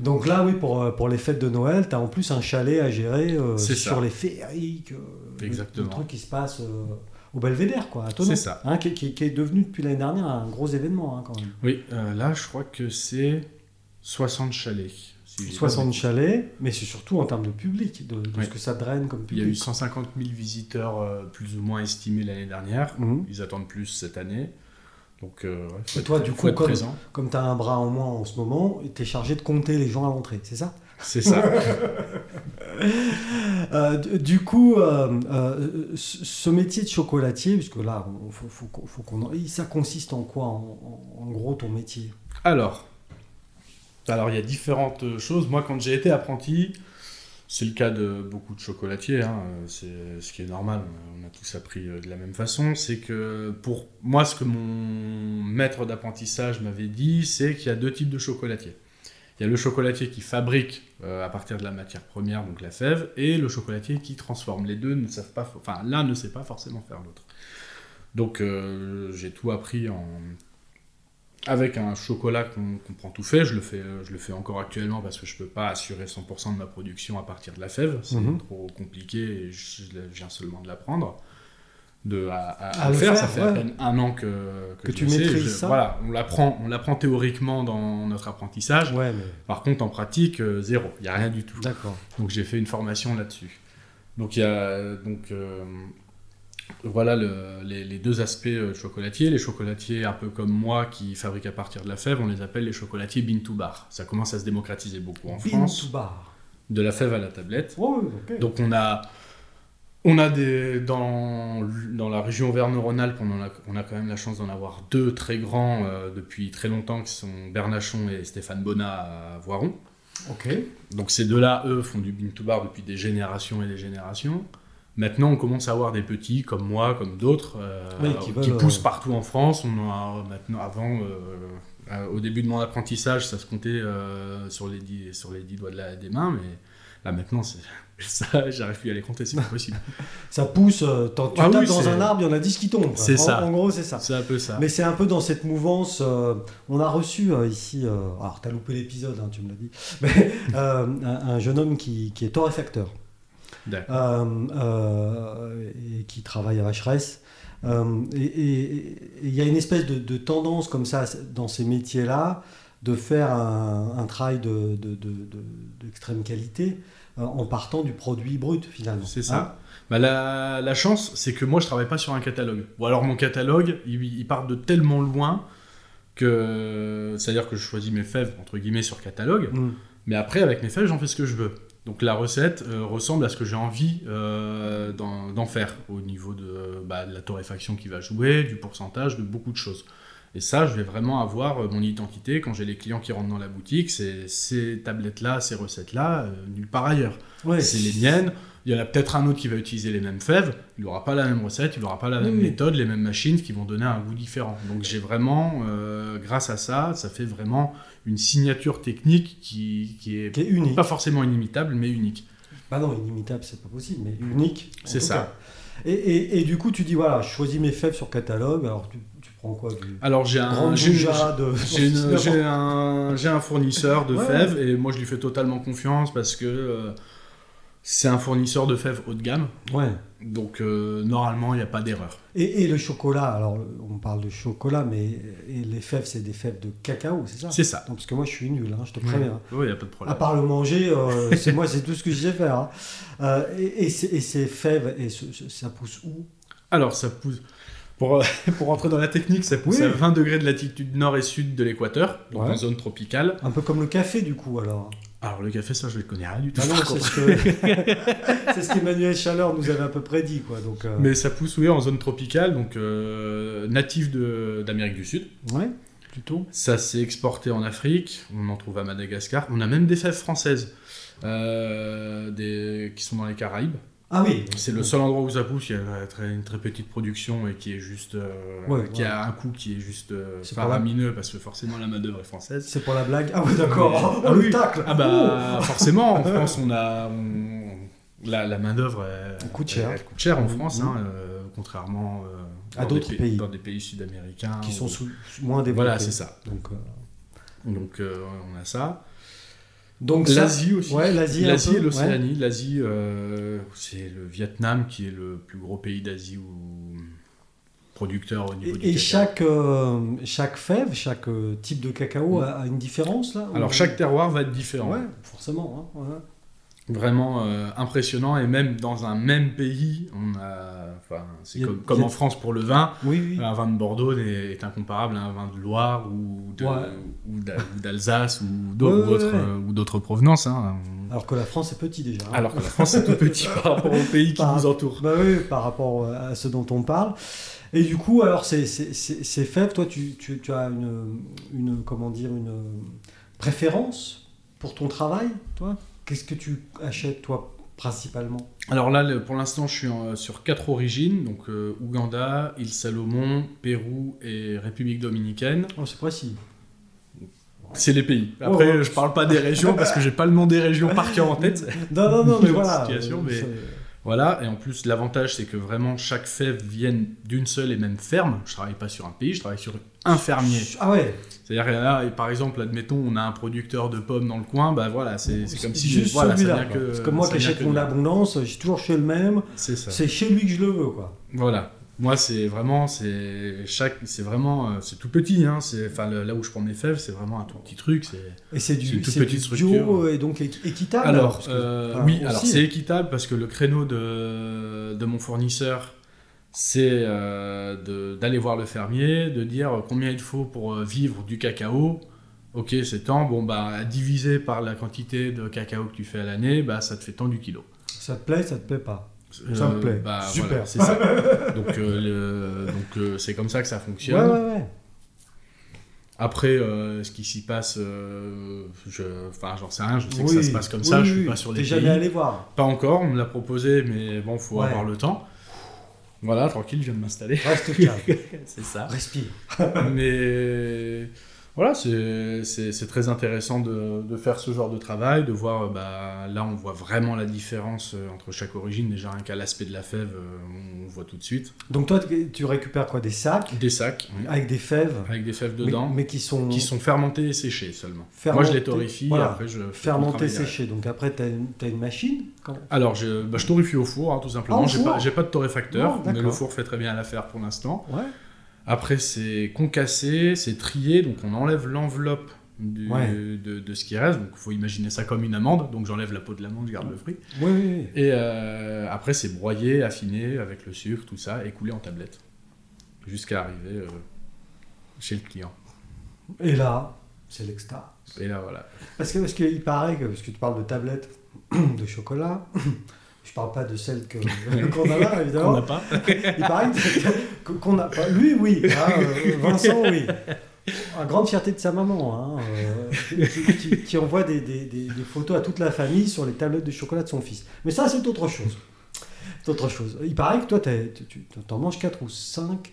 Speaker 1: Donc là, oui, pour, euh, pour les fêtes de Noël, tu as en plus un chalet à gérer euh,
Speaker 2: C'est ça.
Speaker 1: sur les féeriques. euh, le-
Speaker 2: Exactement.
Speaker 1: Le truc qui se passe. euh, au Belvédère, quoi, à Thonon.
Speaker 2: C'est ça.
Speaker 1: Hein, qui, qui- qui est devenu depuis l'année dernière un gros événement, hein, quand même.
Speaker 2: Oui, euh, là, je crois que c'est 60 chalets. si j'ai pas
Speaker 1: 60 chalets, mais c'est surtout en termes de public, de, de
Speaker 2: Oui.
Speaker 1: ce que ça draine comme
Speaker 2: Il y a eu
Speaker 1: public.
Speaker 2: 150 000 visiteurs euh, plus ou moins estimés l'année dernière.
Speaker 1: Mhm.
Speaker 2: Ils attendent plus cette année. Donc, euh, ouais,
Speaker 1: Et toi, du
Speaker 2: faut
Speaker 1: coup,
Speaker 2: être
Speaker 1: comme-
Speaker 2: présent.
Speaker 1: Comme tu as un bras en moins en ce moment, tu es chargé de compter les gens à l'entrée, c'est ça
Speaker 2: C'est ça.
Speaker 1: Euh, d- Du coup, euh, euh, ce ce métier de chocolatier, puisque là, on- faut, faut qu'on- faut qu'on en- ça consiste en quoi en, en- en gros ton métier
Speaker 2: Alors, alors il y a différentes choses. Moi, quand j'ai été apprenti, c'est le cas de beaucoup de chocolatiers, hein, euh, c'est ce qui est normal. On a tous appris euh, de la même façon. C'est que pour moi, ce que mon maître d'apprentissage m'avait dit, c'est qu'il y a deux types de chocolatiers. Il y a le chocolatier qui fabrique euh, à partir de la matière première, donc la fève, et le chocolatier qui transforme. Les deux ne savent pas, fo- enfin l'un ne sait pas forcément faire l'autre. Donc euh, j'ai tout appris en avec un chocolat qu'on qu'on prend tout fait, je le fais, euh, je le fais encore actuellement parce que je peux pas assurer 100% de ma production à partir de la fève, c'est
Speaker 1: Mhm.
Speaker 2: trop compliqué et je, je viens seulement de l'apprendre. De, à, à-
Speaker 1: À
Speaker 2: à le
Speaker 1: le
Speaker 2: faire, ça
Speaker 1: faire,
Speaker 2: fait à
Speaker 1: ouais.
Speaker 2: peine un an que,
Speaker 1: Que
Speaker 2: je
Speaker 1: tu
Speaker 2: le sais,
Speaker 1: maîtrises
Speaker 2: je-
Speaker 1: ça.
Speaker 2: Voilà, on l'apprend, on l'apprend théoriquement dans notre apprentissage.
Speaker 1: Ouais, mais
Speaker 2: Par contre, en pratique, euh, zéro, il y a rien du tout.
Speaker 1: d'accord.
Speaker 2: Donc j'ai fait une formation là-dessus. Donc il y a donc euh, voilà le- les, les deux aspects euh, chocolatiers. Les chocolatiers un peu comme moi qui fabriquent à partir de la fève, on les appelle les chocolatiers bean to bar. Ça commence à se démocratiser beaucoup en France,
Speaker 1: Bin bar.
Speaker 2: de la fève à la tablette.
Speaker 1: Oh, ok.
Speaker 2: Donc on a on a des dans dans la région Verne-Rhône-Alpes, on, en a- on a quand même la chance d'en avoir deux très grands euh, depuis très longtemps qui sont Bernachon et Stéphane Bonnat à Voiron.
Speaker 1: ok.
Speaker 2: Donc ces deux-là, eux, font du bean to bar depuis des générations et des générations. Maintenant, on commence à avoir des petits comme moi, comme d'autres, euh,
Speaker 1: Oui, qui
Speaker 2: qui,
Speaker 1: veulent,
Speaker 2: poussent
Speaker 1: euh,
Speaker 2: partout en France. On en a maintenant, avant, euh, euh, au début de mon apprentissage, ça se comptait euh, sur les dix, sur les dix doigts de la- des mains, mais là maintenant, c'est ça, j'arrive plus à les compter, c'est pas possible.
Speaker 1: Ça pousse, euh, t'en- tu
Speaker 2: Ah oui,
Speaker 1: tapes dans
Speaker 2: c'est-
Speaker 1: un arbre, il y en a 10 qui tombent.
Speaker 2: C'est
Speaker 1: En-
Speaker 2: ça.
Speaker 1: En gros, c'est ça.
Speaker 2: c'est un peu ça.
Speaker 1: Mais c'est un peu dans cette mouvance. euh, on a reçu euh, ici, euh, alors t'as loupé l'épisode, hein, tu me l'as dit, mais euh, un, un jeune homme qui, qui est torréfacteur
Speaker 2: D'accord.
Speaker 1: euh, euh, et qui travaille à Vacheresse. Euh, et- et et il y a une espèce de, de tendance comme ça dans ces métiers-là de faire un, un travail de- de- de- de- d'extrême qualité euh, en partant du produit brut finalement.
Speaker 2: C'est ça. Bah, la, la chance, c'est que moi, je travaille pas sur un catalogue. Ou alors mon catalogue, il, il part de tellement loin que c'est-à-dire que je choisis mes fèves entre guillemets sur catalogue,
Speaker 1: Hein Mm.
Speaker 2: mais après avec mes fèves, j'en fais ce que je veux. Donc la recette euh, ressemble à ce que j'ai envie euh, d'en d'en faire au niveau de, bah, de la torréfaction qui va jouer, du pourcentage, de beaucoup de choses. Et ça, je vais vraiment avoir euh, mon identité quand j'ai les clients qui rentrent dans la boutique. C'est ces tablettes-là, ces recettes-là, euh, nulle part ailleurs
Speaker 1: Ouais.
Speaker 2: c'est les miennes. Il y en a peut-être un autre qui va utiliser les mêmes fèves. Il n'aura pas la même recette, il n'aura pas la
Speaker 1: Oui,
Speaker 2: même
Speaker 1: oui.
Speaker 2: méthode, les mêmes machines qui vont donner un goût différent. Donc j'ai vraiment, euh, grâce à ça, ça fait vraiment une signature technique qui, qui est
Speaker 1: Qui est unique.
Speaker 2: pas forcément inimitable, mais unique.
Speaker 1: Bah non, inimitable, c'est pas possible, mais unique. en
Speaker 2: Mm. C'est
Speaker 1: tout
Speaker 2: ça.
Speaker 1: cas. Et, et- et du coup, tu dis voilà, je choisis mes fèves sur catalogue, alors tu, tu prends quoi du
Speaker 2: Alors j'ai
Speaker 1: Grand
Speaker 2: un, Euh, j'ai-
Speaker 1: Bouja de.
Speaker 2: J'ai une- j'ai un, j'ai un fournisseur de
Speaker 1: Ouais,
Speaker 2: fèves et moi je lui fais totalement confiance parce que euh, c'est un fournisseur de fèves haut de gamme.
Speaker 1: Ouais.
Speaker 2: Donc euh, normalement il n'y a pas d'erreur.
Speaker 1: Et, et le chocolat, alors on parle de chocolat, mais et les fèves, c'est des fèves de cacao, c'est ça
Speaker 2: C'est ça.
Speaker 1: Non, parce que moi, je suis nul, hein, je te préviens.
Speaker 2: Oui, il n'y a pas de
Speaker 1: À
Speaker 2: problème.
Speaker 1: part le manger, euh, c'est moi, c'est tout ce que je sais faire. hein. Euh, et, et ces- et ces fèves, et ce- ce- ça pousse où
Speaker 2: Alors, ça pousse. Pour, euh, pour rentrer dans la technique, ça pousse
Speaker 1: Oui.
Speaker 2: à 20 degrés de latitude nord et sud de l'équateur, donc
Speaker 1: Ouais.
Speaker 2: en zone tropicale.
Speaker 1: Un peu comme le café, du coup, alors.
Speaker 2: Alors, le café, ça, je ne connais rien du tout.
Speaker 1: Ah non,
Speaker 2: par
Speaker 1: c'est
Speaker 2: contre.
Speaker 1: ce que- c'est ce qu'Emmanuel Chaleur nous avait à peu près dit, quoi. Donc, euh,
Speaker 2: Mais ça pousse, oui, en zone tropicale, donc euh, natif de- d'Amérique du Sud.
Speaker 1: ouais, plutôt.
Speaker 2: Ça s'est exporté en Afrique, on en trouve à Madagascar. On a même des fèves françaises euh, des, qui sont dans les Caraïbes.
Speaker 1: Ah oui.
Speaker 2: C'est le seul endroit où ça pousse, il y a euh, très- une très petite production et qui est juste. euh,
Speaker 1: Ouais,
Speaker 2: qui a un coût qui est juste euh,
Speaker 1: C'est pas grave.
Speaker 2: faramineux parce que forcément la main-d'œuvre est française.
Speaker 1: C'est pour la blague. Ah oui, d'accord.
Speaker 2: Mais-
Speaker 1: Ah,
Speaker 2: Ah
Speaker 1: le
Speaker 2: oui.
Speaker 1: tacle.
Speaker 2: Ah bah forcément, en France, on a on- la, la main d'œuvre elle-
Speaker 1: Elle coûte cher.
Speaker 2: Elle, coûte cher en
Speaker 1: Mhm.
Speaker 2: France, hein, euh, contrairement euh,
Speaker 1: À
Speaker 2: dans des
Speaker 1: d'autres pays.
Speaker 2: dans des pays sud-américains
Speaker 1: Oh. qui
Speaker 2: ou-
Speaker 1: sont sous- sous- moins développés.
Speaker 2: Voilà, c'est ça.
Speaker 1: Donc, euh,
Speaker 2: Donc euh, on a ça.
Speaker 1: donc ça-
Speaker 2: L'Asie aussi.
Speaker 1: Ouais, l'Asie. un
Speaker 2: L'Asie
Speaker 1: peu,
Speaker 2: et l'Océanie. L'Asie, euh, c'est le Vietnam qui est le plus gros pays d'Asie où producteur au
Speaker 1: ouais.
Speaker 2: niveau du
Speaker 1: Et, et
Speaker 2: cacao.
Speaker 1: chaque euh, chaque fève, chaque euh, type de cacao a, a une différence là.
Speaker 2: Alors
Speaker 1: Ou-
Speaker 2: chaque terroir va être différent.
Speaker 1: Ouais, forcément. hein, ouais.
Speaker 2: vraiment euh, impressionnant. Et même dans un même pays, on a, Ah. enfin,
Speaker 1: Il
Speaker 2: c'est
Speaker 1: y a-
Speaker 2: comme,
Speaker 1: il y
Speaker 2: comme
Speaker 1: a-
Speaker 2: en France pour le vin,
Speaker 1: Oui, oui.
Speaker 2: un vin de Bordeaux n'est- est incomparable à un vin de Loire ou de-
Speaker 1: Ouais.
Speaker 2: ou d'A- ou d'Alsace ou d'au-
Speaker 1: Ouais,
Speaker 2: ou
Speaker 1: ouais,
Speaker 2: d'autres
Speaker 1: ouais.
Speaker 2: euh, ou d'autres provenances. hein.
Speaker 1: Alors que la France est petite déjà. hein.
Speaker 2: Alors que la France est tout petit par rapport aux pays qui
Speaker 1: Par-
Speaker 2: nous entourent.
Speaker 1: Bah oui, par rapport à ce dont on parle. Et du coup, alors c'est c'est- c'est- c'est faible. Toi, tu, tu- tu as une, une- comment dire une préférence pour ton travail, toi. Qu'est-ce que tu achètes toi principalement
Speaker 2: Alors là, le- pour l'instant, je suis en- sur quatre origines, donc euh, Ouganda, île Salomon, Pérou et République dominicaine.
Speaker 1: Oh, c'est précis.
Speaker 2: C'est les pays. Après,
Speaker 1: Oh, ouais.
Speaker 2: je parle pas des régions parce que j'ai pas le nom des régions par cœur en tête.
Speaker 1: Non, non, non, mais
Speaker 2: Une
Speaker 1: voilà.
Speaker 2: situation,
Speaker 1: euh,
Speaker 2: mais-
Speaker 1: c'est-
Speaker 2: Voilà, et en plus, l'avantage, c'est que vraiment chaque fève vienne d'une seule et même ferme. Je travaille pas sur un pays, je travaille sur un fermier.
Speaker 1: Ah ouais.
Speaker 2: C'est-à-dire que là, et par exemple, admettons, on a un producteur de pommes dans le coin, bah voilà, c'est c'est comme si
Speaker 1: juste
Speaker 2: voilà, ça
Speaker 1: celui-là.
Speaker 2: vient
Speaker 1: quoi.
Speaker 2: que-
Speaker 1: Parce que moi,
Speaker 2: ça
Speaker 1: qui
Speaker 2: vient
Speaker 1: achète
Speaker 2: que
Speaker 1: mon
Speaker 2: de-
Speaker 1: abondance, j'ai toujours chez le même.
Speaker 2: C'est ça.
Speaker 1: C'est chez lui que je le veux, quoi.
Speaker 2: Voilà. Moi, c'est vraiment, c'est chaque, c'est vraiment, euh, c'est tout petit. Hein. C'est, enfin, le- là où je prends mes fèves, c'est vraiment un tout petit truc. C'est.
Speaker 1: Et c'est
Speaker 2: C'est une
Speaker 1: du,
Speaker 2: toute
Speaker 1: c'est du
Speaker 2: petite
Speaker 1: bio
Speaker 2: structure.
Speaker 1: et donc équ- équitable.
Speaker 2: Alors,
Speaker 1: Ah, parce que-
Speaker 2: euh,
Speaker 1: enfin,
Speaker 2: oui,
Speaker 1: aussi.
Speaker 2: alors c'est équitable parce que le créneau de, de mon fournisseur, c'est euh, de- d'aller voir le fermier, de dire combien il faut pour euh, vivre du cacao. Ok, c'est tant. Bon, bah, divisé par la quantité de cacao que tu fais à l'année, bah, ça te fait tant du kilo.
Speaker 1: Ça te plaît, ça te plaît pas. Ça me plaît.
Speaker 2: bah,
Speaker 1: Super.
Speaker 2: voilà, c'est ça. Donc, euh, le- donc euh, c'est comme ça que ça
Speaker 1: Ouais,
Speaker 2: fonctionne.
Speaker 1: ouais, ouais.
Speaker 2: Après, euh, ce qui s'y passe, euh, je, enfin, j'en sais rien. Je sais
Speaker 1: Oui.
Speaker 2: que ça se passe comme
Speaker 1: Oui,
Speaker 2: ça. je
Speaker 1: oui,
Speaker 2: suis
Speaker 1: oui.
Speaker 2: pas sur
Speaker 1: T'es
Speaker 2: les pays.
Speaker 1: jamais allé voir.
Speaker 2: Pas encore. On me l'a proposé, mais bon, faut
Speaker 1: Ouais.
Speaker 2: avoir le temps. Voilà, tranquille, je viens de m'installer.
Speaker 1: Reste calme.
Speaker 2: c'est ça.
Speaker 1: Respire.
Speaker 2: mais voilà, c'est- c'est c'est très intéressant de, de faire ce genre de travail, de voir, euh, bah, là on voit vraiment la différence euh, entre chaque origine, déjà rien qu'à l'aspect de la fève, euh, on voit tout de suite.
Speaker 1: Donc toi, tu tu récupères quoi Des sacs
Speaker 2: Des sacs, oui,
Speaker 1: avec des fèves
Speaker 2: avec des fèves
Speaker 1: mais-
Speaker 2: dedans,
Speaker 1: Mais, qui sont,
Speaker 2: qui sont fermentées et séchées seulement.
Speaker 1: Fermentées-
Speaker 2: Moi je les torréfie,
Speaker 1: voilà.
Speaker 2: et après je... fais tout le
Speaker 1: fermentées,
Speaker 2: travail derrière.
Speaker 1: séchées. Donc après, tu as, une machine quand-
Speaker 2: Alors je, bah, je torréfie au four, hein, tout
Speaker 1: Ah,
Speaker 2: simplement,
Speaker 1: au
Speaker 2: j'ai
Speaker 1: four
Speaker 2: pas, j'ai pas de torréfacteur,
Speaker 1: Non,
Speaker 2: mais le
Speaker 1: d'accord.
Speaker 2: four fait très bien l'affaire pour l'instant.
Speaker 1: Ouais.
Speaker 2: Après, c'est concassé, c'est trié, donc on enlève l'enveloppe du-
Speaker 1: Ouais.
Speaker 2: de, de ce qui reste. Donc, il faut imaginer ça comme une amande. Donc, j'enlève la peau de l'amande, je garde le fruit.
Speaker 1: Oui, oui, oui.
Speaker 2: Et euh, après, c'est broyé, affiné avec le sucre, tout ça, et coulé en tablette. Jusqu'à arriver euh, chez le client.
Speaker 1: Et là, c'est l'extase.
Speaker 2: Et là, voilà.
Speaker 1: Parce que parce qu'il paraît que parce que tu parles de tablettes de chocolat, je parle pas de celles que qu'on a là
Speaker 2: On n'a
Speaker 1: évidemment.
Speaker 2: pas.
Speaker 1: Il paraît que- que- qu'on a pas. Lui oui, hein, euh, Vincent oui. À grande fierté de sa maman, hein, euh, qui, qui- qui envoie des, des- des- des photos à toute la famille sur les tablettes de chocolat de son fils. Mais ça, c'est autre chose. C'est autre chose. Il paraît que toi, t'es- tu- tu en manges 4 ou 5,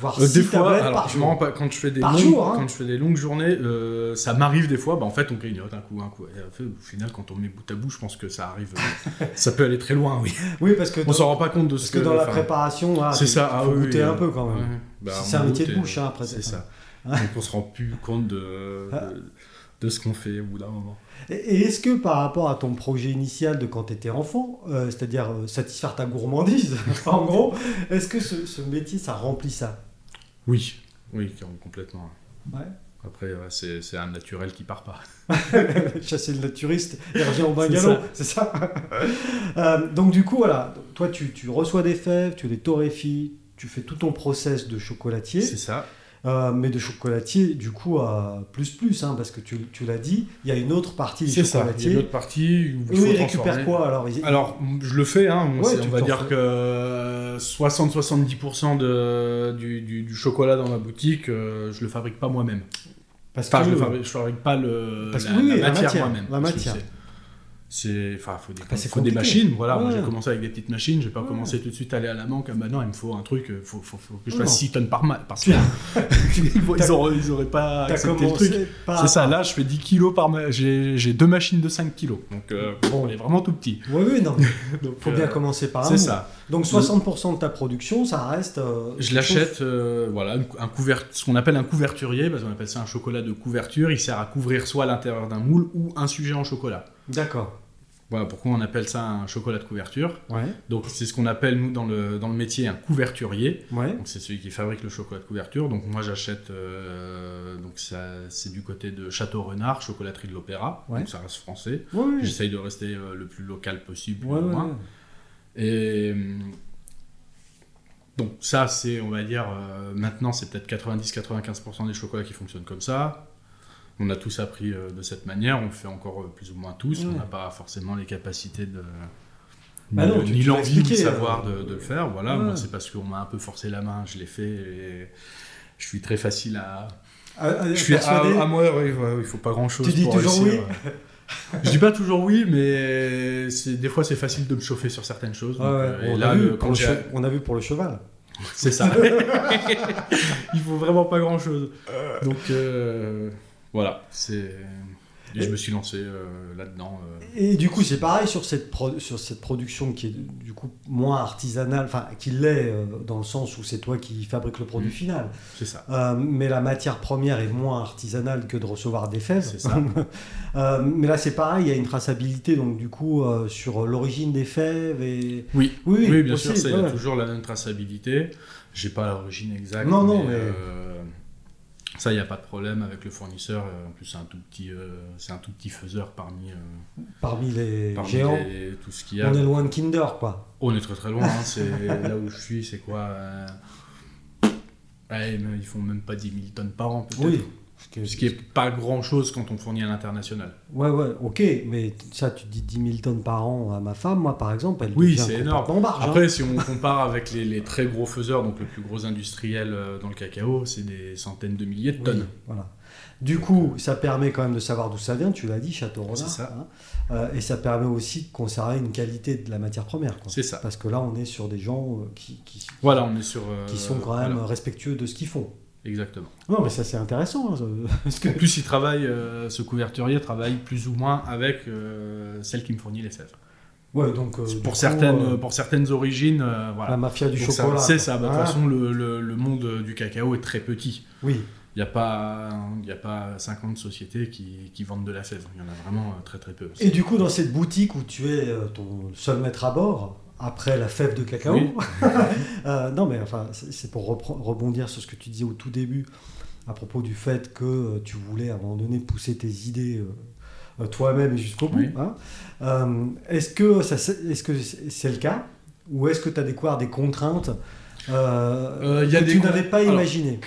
Speaker 1: voire
Speaker 2: Euh,
Speaker 1: 6
Speaker 2: des fois,
Speaker 1: tablettes
Speaker 2: alors,
Speaker 1: par
Speaker 2: je me rends
Speaker 1: jour.
Speaker 2: pas, quand je fais des,
Speaker 1: Par
Speaker 2: longues,
Speaker 1: jour, hein.
Speaker 2: quand je fais des longues journées, euh, ça m'arrive des fois, bah, en fait, on grignote un coup, un coup. Et, en fait, au final, quand on met bout à bout, je pense que ça arrive. euh, ça peut aller très loin, oui.
Speaker 1: Oui, parce que,
Speaker 2: On
Speaker 1: dans,
Speaker 2: s'en rend pas compte de ce
Speaker 1: parce que dans la
Speaker 2: enfin,
Speaker 1: préparation, ah,
Speaker 2: c'est ça. ah
Speaker 1: faut
Speaker 2: oui,
Speaker 1: goûter
Speaker 2: oui,
Speaker 1: un peu quand même.
Speaker 2: ouais. Bah,
Speaker 1: C'est
Speaker 2: on
Speaker 1: un métier de
Speaker 2: goûte et-
Speaker 1: bouche, hein, après.
Speaker 2: C'est ça. Donc on se rend plus compte de, de, de ce qu'on fait au bout d'un moment.
Speaker 1: Et- Et est-ce que par rapport à ton projet initial de quand tu étais enfant, euh, c'est-à-dire euh, satisfaire ta gourmandise, en gros, est-ce que ce, ce métier, ça remplit ça
Speaker 2: Oui. Oui, com- complètement.
Speaker 1: Ouais.
Speaker 2: Après, ouais, c'est c'est un naturel qui part pas.
Speaker 1: Chasser le naturiste, RG en
Speaker 2: C'est
Speaker 1: bungalow,
Speaker 2: ça.
Speaker 1: c'est ça Euh, Donc du coup, voilà, toi tu, tu reçois des fèves, tu les torréfies, tu fais tout ton process de chocolatier,
Speaker 2: C'est ça.
Speaker 1: euh, mais de chocolatier du coup à plus plus, hein, parce que tu, tu l'as dit, il y a une autre partie du
Speaker 2: C'est ça. Il y a
Speaker 1: chocolatier.
Speaker 2: d'autres parties où
Speaker 1: Eux,
Speaker 2: il faut
Speaker 1: ils
Speaker 2: transformer.
Speaker 1: récupèrent quoi alors Ils-
Speaker 2: Alors, je le fais, hein, on,
Speaker 1: Ouais,
Speaker 2: c'est-
Speaker 1: tu
Speaker 2: on va
Speaker 1: t'en
Speaker 2: dire euh,
Speaker 1: fais.
Speaker 2: que 60-70% de, du, du- du chocolat dans ma boutique, euh, je le fabrique pas moi-même.
Speaker 1: Parce
Speaker 2: Enfin, je
Speaker 1: que-
Speaker 2: ne fabrique, je fabrique pas le,
Speaker 1: Parce que
Speaker 2: la,
Speaker 1: oui,
Speaker 2: la
Speaker 1: oui, la
Speaker 2: matière,
Speaker 1: matière,
Speaker 2: moi-même.
Speaker 1: la
Speaker 2: parce que
Speaker 1: matière.
Speaker 2: c'est- C'est, enfin, faut des,
Speaker 1: Bah, c'est
Speaker 2: faut des
Speaker 1: compliqué.
Speaker 2: machines. Voilà, moi
Speaker 1: Ouais.
Speaker 2: j'ai commencé avec des petites machines. J'ai pas
Speaker 1: Ouais.
Speaker 2: commencé tout de suite à aller à la banque. Ah, bah non, il me faut un truc. euh, Faut, faut, faut que je
Speaker 1: Non.
Speaker 2: fasse 6 tonnes par, ma- par semaine. ils, vont- ils auraient, ils auraient pas
Speaker 1: T'as
Speaker 2: accepté le truc.
Speaker 1: commencé par...
Speaker 2: C'est ça. Là, je fais 10 kilos par. ma- J'ai j'ai deux machines de 5 kilos. Donc, euh,
Speaker 1: Bon.
Speaker 2: on est vraiment tout petit.
Speaker 1: Oui, oui, non.
Speaker 2: Donc,
Speaker 1: Faut bien
Speaker 2: euh,
Speaker 1: commencer par un.
Speaker 2: C'est ça.
Speaker 1: Donc 60% de ta production, ça reste. euh,
Speaker 2: Je l'achète, euh, voilà, une cou- un couvert, ce qu'on appelle un couverturier, parce qu'on appelle ça un chocolat de couverture. Il sert à couvrir soit l'intérieur d'un moule ou un sujet en chocolat.
Speaker 1: D'accord.
Speaker 2: Voilà pourquoi on appelle ça un chocolat de couverture.
Speaker 1: Ouais.
Speaker 2: Donc c'est ce qu'on appelle nous dans le, dans le métier un couverturier.
Speaker 1: Ouais.
Speaker 2: Donc c'est celui qui fabrique le chocolat de couverture. Donc moi j'achète, euh, donc ça- c'est du côté de Château Renard, chocolaterie de l'Opéra.
Speaker 1: Ouais.
Speaker 2: Donc ça reste français.
Speaker 1: Ouais, ouais.
Speaker 2: J'essaye de rester euh, le plus local possible.
Speaker 1: Ouais, ouais,
Speaker 2: loin.
Speaker 1: ouais.
Speaker 2: Et hum, donc ça, c'est, on va dire, euh, maintenant, c'est peut-être 90-95% des chocolats qui fonctionnent comme ça. On a tous appris euh, de cette manière, on le fait encore euh, plus ou moins tous.
Speaker 1: Ouais.
Speaker 2: On n'a pas forcément les capacités de...
Speaker 1: Bah
Speaker 2: ni-
Speaker 1: non, tu-
Speaker 2: ni
Speaker 1: tu l'as
Speaker 2: l'envie, ni le
Speaker 1: expliqué, euh,
Speaker 2: savoir de, de le faire. Voilà,
Speaker 1: ouais.
Speaker 2: moi, c'est parce qu'on m'a un peu forcé la main, je l'ai fait. et je suis très facile à...
Speaker 1: Ah, ah,
Speaker 2: Je suis à,
Speaker 1: persuadé.
Speaker 2: à moi, oui, ouais, il faut pas grand-chose
Speaker 1: Tu dis
Speaker 2: pour
Speaker 1: toujours
Speaker 2: réussir,
Speaker 1: oui
Speaker 2: euh. Je dis pas toujours oui, mais c'est- des fois c'est facile de me chauffer sur certaines choses.
Speaker 1: Ah Ouais,
Speaker 2: donc, euh,
Speaker 1: ouais,
Speaker 2: et
Speaker 1: on,
Speaker 2: là,
Speaker 1: a vu
Speaker 2: le-
Speaker 1: pour
Speaker 2: quand
Speaker 1: le
Speaker 2: j'ai-
Speaker 1: che- on a vu pour le cheval.
Speaker 2: c'est ça. Il faut vraiment pas grand chose. Donc euh, voilà, c'est. Et je me suis lancé euh, là-dedans. euh.
Speaker 1: Et du coup, c'est pareil sur cette, pro- sur cette production qui est du coup moins artisanale, enfin qui l'est euh, dans le sens où c'est toi qui fabriques le produit
Speaker 2: Mm.
Speaker 1: final.
Speaker 2: C'est ça.
Speaker 1: Euh, mais la matière première est moins artisanale que de recevoir des fèves.
Speaker 2: C'est ça.
Speaker 1: Euh, mais là, c'est pareil, il y a une traçabilité donc du coup euh, sur l'origine des fèves et
Speaker 2: Oui.
Speaker 1: oui,
Speaker 2: Oui, bien
Speaker 1: aussi,
Speaker 2: sûr, ça, il y
Speaker 1: ouais.
Speaker 2: a toujours la même traçabilité. J'ai pas l'origine exacte.
Speaker 1: Non, non, mais-
Speaker 2: euh, ça, il n'y a pas de problème avec le fournisseur. Euh, En plus, c'est un tout petit, euh, c'est un tout petit faiseur parmi, euh,
Speaker 1: parmi les
Speaker 2: parmi
Speaker 1: géants.
Speaker 2: les- tout ce qu'il y a.
Speaker 1: On est loin de Kinder, quoi.
Speaker 2: On est très très loin, hein. c'est là où je suis, c'est quoi euh, ouais, mais Ils font même pas 10 000 tonnes par an, peut-être.
Speaker 1: Oui. Ce qui est-
Speaker 2: Ce qui est pas grand chose quand on fournit à l'international.
Speaker 1: Ouais, ouais, ok, mais ça, tu dis 10 000 tonnes par an à ma femme, moi par exemple, elle
Speaker 2: Oui,
Speaker 1: devient
Speaker 2: c'est énorme.
Speaker 1: complètement barge. hein.
Speaker 2: Après, si on compare avec les, les très gros faiseurs, donc le plus gros industriel euh, dans le cacao, c'est des centaines de milliers de
Speaker 1: hein. Oui,
Speaker 2: tonnes.
Speaker 1: voilà. Du coup, ça permet quand même de savoir d'où ça vient, tu l'as dit, Château Renard.
Speaker 2: C'est ça.
Speaker 1: hein. Euh, et ça permet aussi de conserver une qualité de la matière première. quoi.
Speaker 2: C'est ça.
Speaker 1: Parce que là, on est sur des gens euh, qui, qui,
Speaker 2: Voilà, on est sur. euh,
Speaker 1: qui sont quand même
Speaker 2: voilà,
Speaker 1: respectueux de ce qu'ils font.
Speaker 2: exactement.
Speaker 1: Non, mais ça, c'est intéressant. hein, ça- parce que...
Speaker 2: En plus, il travaille, euh, ce couverturier travaille plus ou moins avec euh, celle qui me fournit les fèves.
Speaker 1: Ouais, donc, euh, du
Speaker 2: pour,
Speaker 1: coup,
Speaker 2: certaines,
Speaker 1: euh,
Speaker 2: pour certaines origines, euh, voilà.
Speaker 1: la mafia du
Speaker 2: Donc ça,
Speaker 1: chocolat.
Speaker 2: C'est ça, bah, de toute
Speaker 1: Hein
Speaker 2: façon, le, le- le monde du cacao est très petit.
Speaker 1: Oui,
Speaker 2: Il n'y a, pas- il y a pas 50 sociétés qui, qui vendent de la fève. Il y en a vraiment euh, très très peu.
Speaker 1: Et du coup, dans cette boutique où tu es euh, ton seul maître à bord, après la fève de cacao,
Speaker 2: Oui.
Speaker 1: euh, non mais enfin, c'est c'est pour repren- rebondir sur ce que tu disais au tout début à propos du fait que euh, tu voulais à un moment donné pousser tes idées euh, euh, toi-même et jusqu'au bout.
Speaker 2: Oui.
Speaker 1: hein. Euh, est-ce que ça, c'est- est-ce que c'est c'est le cas ou est-ce que tu as découvert des contraintes euh,
Speaker 2: Euh, il y a
Speaker 1: que
Speaker 2: des
Speaker 1: tu
Speaker 2: con-
Speaker 1: n'avais pas
Speaker 2: Alors, euh,
Speaker 1: imaginées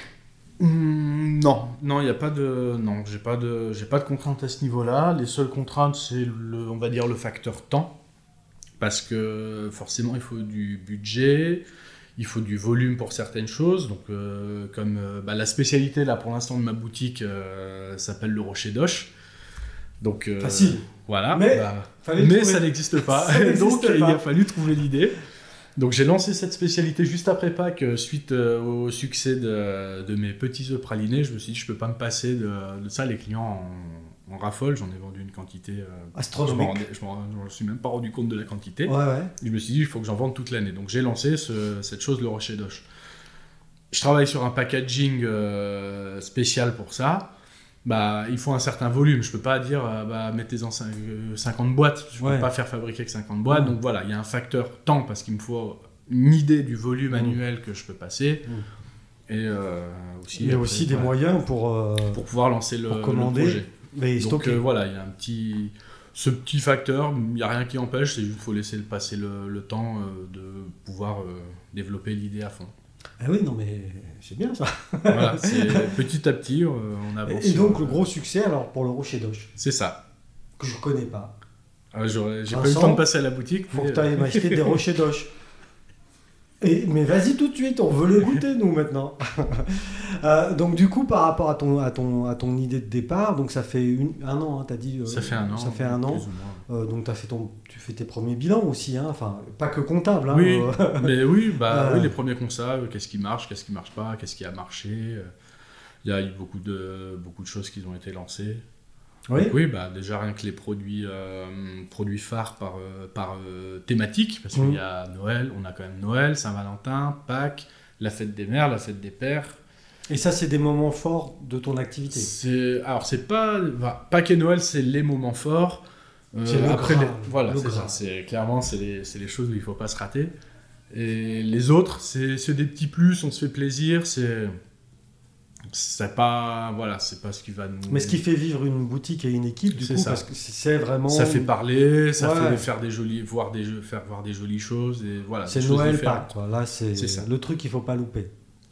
Speaker 2: Hum,
Speaker 1: Mm,
Speaker 2: non, non, il n'y a pas de, non, j'ai pas de, j'ai pas de contraintes à ce niveau-là. Les seules contraintes, c'est le, on va dire le facteur temps, parce que forcément, il faut du budget, il faut du volume pour certaines choses. Donc, euh, comme euh, bah, la spécialité là pour l'instant de ma boutique euh, s'appelle le Rocher d'Oche. Donc, euh,
Speaker 1: Facile.
Speaker 2: Voilà.
Speaker 1: Mais-
Speaker 2: bah,
Speaker 1: Fallait le
Speaker 2: mais
Speaker 1: trouver.
Speaker 2: ça n'existe pas.
Speaker 1: Ça n'existe
Speaker 2: Donc il
Speaker 1: pas.
Speaker 2: a fallu trouver l'idée. Donc j'ai lancé cette spécialité juste après Pâques, euh, suite euh, au succès de, de mes petits œufs pralinés. Je me suis dit, je peux pas me passer de, de ça. Les clients en, en raffolent. J'en ai vendu une quantité. euh, je m'en
Speaker 1: astronomique.
Speaker 2: rendais- je m'en- je m'en suis même pas rendu compte de la quantité.
Speaker 1: Ouais, ouais.
Speaker 2: Je me suis dit, il faut que j'en vende toute l'année. Donc j'ai lancé ce- cette chose, le rocher d'Oche. Je travaille sur un packaging euh, spécial pour ça. Bah, il faut un certain volume. Je peux pas dire, euh, bah, mettez-en cin- euh, 50 boîtes. Je
Speaker 1: Ouais.
Speaker 2: peux pas faire fabriquer que 50 boîtes.
Speaker 1: Mm.
Speaker 2: Donc voilà, il y a un facteur temps parce qu'il me faut une idée du volume
Speaker 1: Mm.
Speaker 2: annuel que je peux passer. Et euh, aussi,
Speaker 1: Il y a
Speaker 2: après,
Speaker 1: Mmh. aussi des
Speaker 2: voilà,
Speaker 1: moyens pour, euh,
Speaker 2: pour pouvoir lancer le,
Speaker 1: pour
Speaker 2: le
Speaker 1: commander.
Speaker 2: projet.
Speaker 1: les
Speaker 2: Donc
Speaker 1: stocker.
Speaker 2: euh, voilà, il y a un petit, ce petit facteur, il n'y a rien qui empêche, c'est juste qu'il faut laisser le- passer le, le temps euh, de pouvoir euh, développer l'idée à fond.
Speaker 1: Ah oui, non mais c'est bien ça.
Speaker 2: Voilà, c'est petit à petit, euh, on avance.
Speaker 1: Et donc
Speaker 2: sur-
Speaker 1: le gros succès alors pour le Rocher d'Oche,
Speaker 2: C'est ça.
Speaker 1: que je connais pas.
Speaker 2: Euh, j'aurais- J'ai pas eu le
Speaker 1: Vincent,
Speaker 2: temps de passer à la boutique.
Speaker 1: Faut que
Speaker 2: mais, euh,
Speaker 1: t'ailles m'acheter des Rochers d'Oche. Et, mais vas-y tout de suite, on veut les goûter nous maintenant. Euh, donc du coup par rapport à ton, à ton, à ton idée de départ, donc ça fait une- un an, hein, t'as dit. euh,
Speaker 2: ça fait un an.
Speaker 1: Ça fait un an.
Speaker 2: plus ou moins.
Speaker 1: Euh, donc as fait ton, tu fais tes premiers bilans aussi, hein, enfin pas que comptable. hein,
Speaker 2: Oui.
Speaker 1: euh,
Speaker 2: Mais oui, bah,
Speaker 1: Euh.
Speaker 2: oui, les premiers constats, euh, qu'est-ce qui marche, qu'est-ce qui marche pas, qu'est-ce qui a marché. euh, Il y a eu beaucoup de, beaucoup de choses qui ont été lancées.
Speaker 1: oui.
Speaker 2: Donc Oui, bah déjà rien que les produits, euh, produits phares par, euh, par euh, thématique, parce
Speaker 1: Mhm.
Speaker 2: qu'il y a Noël, on a quand même Noël, Saint-Valentin, Pâques, la fête des mères, la fête des pères.
Speaker 1: Et ça c'est des moments forts de ton activité.
Speaker 2: C'est, alors c'est pas, bah, Pâques et Noël, c'est les moments forts. Euh,
Speaker 1: C'est le
Speaker 2: après,
Speaker 1: gras,
Speaker 2: les- voilà,
Speaker 1: le
Speaker 2: c'est
Speaker 1: gras.
Speaker 2: ça. C'est clairement, c'est les, c'est les choses où il faut pas se rater. Et les autres, c'est c'est des petits plus, on se fait plaisir, c'est c'est pas voilà, c'est pas ce qui va nous.
Speaker 1: Mais ce qui fait vivre une boutique et une équipe, du
Speaker 2: C'est
Speaker 1: coup,
Speaker 2: ça.
Speaker 1: parce que c'est vraiment.
Speaker 2: ça fait parler, ça
Speaker 1: Ouais.
Speaker 2: fait faire des jolies, voir des jeux, faire voir des jolies choses et voilà. des
Speaker 1: C'est
Speaker 2: choses
Speaker 1: Noël,
Speaker 2: différentes.
Speaker 1: Pâques, quoi. Là, c'est
Speaker 2: C'est ça.
Speaker 1: le truc qu'il faut pas louper.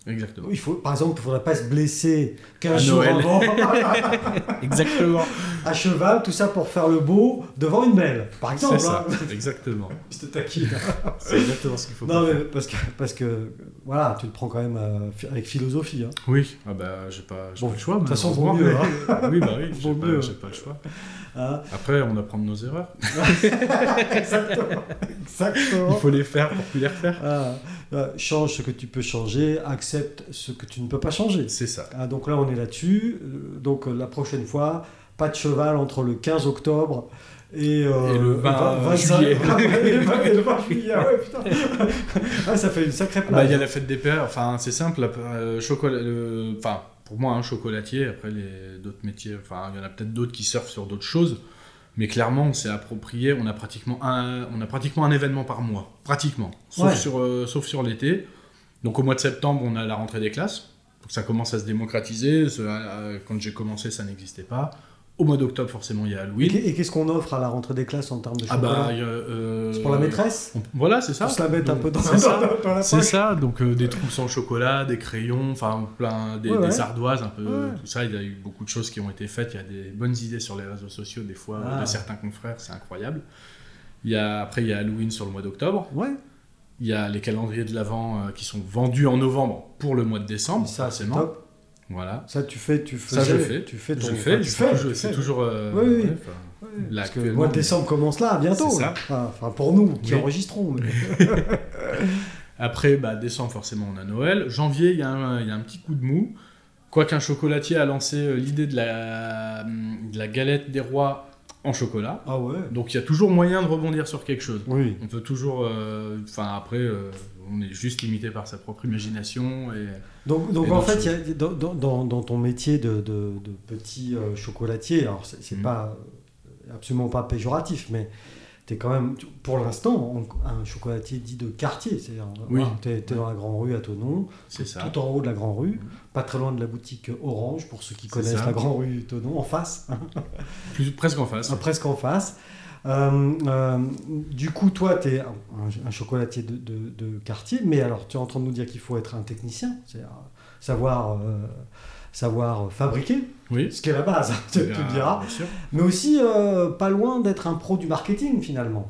Speaker 2: Exactement.
Speaker 1: Il faut, par exemple, il ne faudrait pas se blesser 15
Speaker 2: À
Speaker 1: jours
Speaker 2: Noël.
Speaker 1: avant,
Speaker 2: Exactement.
Speaker 1: à cheval, tout ça pour faire le beau devant une belle, par exemple.
Speaker 2: C'est ça.
Speaker 1: hein.
Speaker 2: Exactement.
Speaker 1: Je te taquine.
Speaker 2: C'est exactement ce qu'il faut.
Speaker 1: Non,
Speaker 2: pas
Speaker 1: mais parce que, parce que, voilà, tu le prends quand même euh, fi- avec philosophie. hein.
Speaker 2: Oui, ah bah j'ai pas, j'ai
Speaker 1: Bon,
Speaker 2: pas le choix.
Speaker 1: de toute façon, vaut
Speaker 2: malheureusement.
Speaker 1: mieux,
Speaker 2: oui, bah oui, j'ai
Speaker 1: Vaut mieux.
Speaker 2: pas, j'ai pas le choix.
Speaker 1: Hein
Speaker 2: Après, on apprend de nos erreurs.
Speaker 1: Exactement. Exactement.
Speaker 2: Il faut les faire pour plus les refaire.
Speaker 1: Ah, euh, change ce que tu peux changer, accepte ce que tu ne peux pas changer.
Speaker 2: C'est ça.
Speaker 1: Ah, donc là, on est là-dessus. Euh, Donc euh, la prochaine fois, pas de cheval entre le 15 octobre et, euh,
Speaker 2: Et le 20 juillet.
Speaker 1: et le 20 et le 20 juillet, ah ouais, putain. Ah, ça fait une sacrée
Speaker 2: Bah,
Speaker 1: plage.
Speaker 2: il y a la fête des pères. Enfin, c'est simple. euh, chocolat, le- enfin, pour moi, un chocolatier. Après, les d'autres métiers. Enfin, il y en a peut-être d'autres qui surfent sur d'autres choses. Mais clairement, on s'est approprié. On a pratiquement un, on a pratiquement un événement par mois. Pratiquement. Sauf
Speaker 1: Ouais.
Speaker 2: sur, euh, sauf sur l'été. Donc, au mois de septembre, on a la rentrée des classes. Donc, ça commence à se démocratiser. Ce- euh, Quand j'ai commencé, ça n'existait pas. Au mois d'octobre, forcément, il y a
Speaker 1: Et
Speaker 2: Halloween.
Speaker 1: qu'est- Et qu'est-ce qu'on offre à la rentrée des classes en termes de
Speaker 2: Ah
Speaker 1: chocolat
Speaker 2: bah, il y a, euh,
Speaker 1: C'est pour la maîtresse
Speaker 2: on- Voilà, c'est ça.
Speaker 1: On se la met un
Speaker 2: Donc,
Speaker 1: peu dans,
Speaker 2: c'est ça.
Speaker 1: dans- dans la
Speaker 2: C'est
Speaker 1: poche.
Speaker 2: ça, donc euh, des trousses en chocolat, des crayons, enfin plein des,
Speaker 1: Ouais, ouais.
Speaker 2: des ardoises, un peu
Speaker 1: Ouais.
Speaker 2: tout ça. Il y a eu beaucoup de choses qui ont été faites. Il y a des bonnes idées sur les réseaux sociaux des fois
Speaker 1: Ah.
Speaker 2: de certains confrères, c'est incroyable. Il y a, après, il y a Halloween sur le mois d'octobre.
Speaker 1: Ouais,
Speaker 2: Il y a les calendriers de l'avant qui sont vendus en novembre pour le mois de décembre.
Speaker 1: ça c'est
Speaker 2: forcément.
Speaker 1: top.
Speaker 2: Voilà.
Speaker 1: Ça tu fais, tu fais.
Speaker 2: Ça, je fais.
Speaker 1: Tu fais ton.
Speaker 2: Je le
Speaker 1: enfin,
Speaker 2: fais.
Speaker 1: tu
Speaker 2: c'est
Speaker 1: fais.
Speaker 2: toujours-
Speaker 1: tu
Speaker 2: C'est
Speaker 1: fais.
Speaker 2: toujours. euh,
Speaker 1: Oui, oui.
Speaker 2: ouais, enfin,
Speaker 1: Ouais,
Speaker 2: Là,
Speaker 1: parce que le
Speaker 2: actuellement,
Speaker 1: mois de
Speaker 2: on-
Speaker 1: décembre commence là, bientôt.
Speaker 2: C'est
Speaker 1: là.
Speaker 2: ça.
Speaker 1: Enfin, enfin, pour nous qui
Speaker 2: Oui.
Speaker 1: enregistrons. mais-
Speaker 2: Après, bah, décembre, forcément, on a Noël. Janvier, il y, a un- il y a un petit coup de mou. Quoiqu'un chocolatier a lancé euh, l'idée de la, hum, de la galette des rois en chocolat.
Speaker 1: Ah ouais.
Speaker 2: Donc il y a toujours moyen de rebondir sur quelque chose.
Speaker 1: Oui.
Speaker 2: On peut toujours. euh, Enfin, après, euh, on est juste limité par sa propre imagination. Et...
Speaker 1: Donc, donc
Speaker 2: Et
Speaker 1: en
Speaker 2: dans
Speaker 1: fait,
Speaker 2: ce-
Speaker 1: il y a- dans, dans- dans- dans ton métier de, de- de petit euh, chocolatier, alors c'est c'est
Speaker 2: Mhm.
Speaker 1: pas euh, absolument pas péjoratif, mais tu es quand même, tu- pour l'instant, on- un chocolatier dit de quartier. C'est-à-dire, euh,
Speaker 2: Oui.
Speaker 1: tu es, dans la Grand Rue à Tonon,
Speaker 2: C'est ça.
Speaker 1: tout en haut de la Grand Rue, pas très loin de la boutique Orange, pour ceux qui connaissent
Speaker 2: ça.
Speaker 1: la Grand Rue Tonon, en face, hein,
Speaker 2: Plus, presque en face.
Speaker 1: presque en face. Euh, euh, du coup, toi, tu es un, un chocolatier de, de- de quartier, mais alors tu es en train de nous dire qu'il faut être un technicien, c'est-à-dire savoir, euh, savoir fabriquer,
Speaker 2: Oui.
Speaker 1: ce qui est la base, hein, tu, tu
Speaker 2: Bien-
Speaker 1: me diras,
Speaker 2: bien sûr.
Speaker 1: mais aussi euh, pas loin d'être un pro du marketing finalement.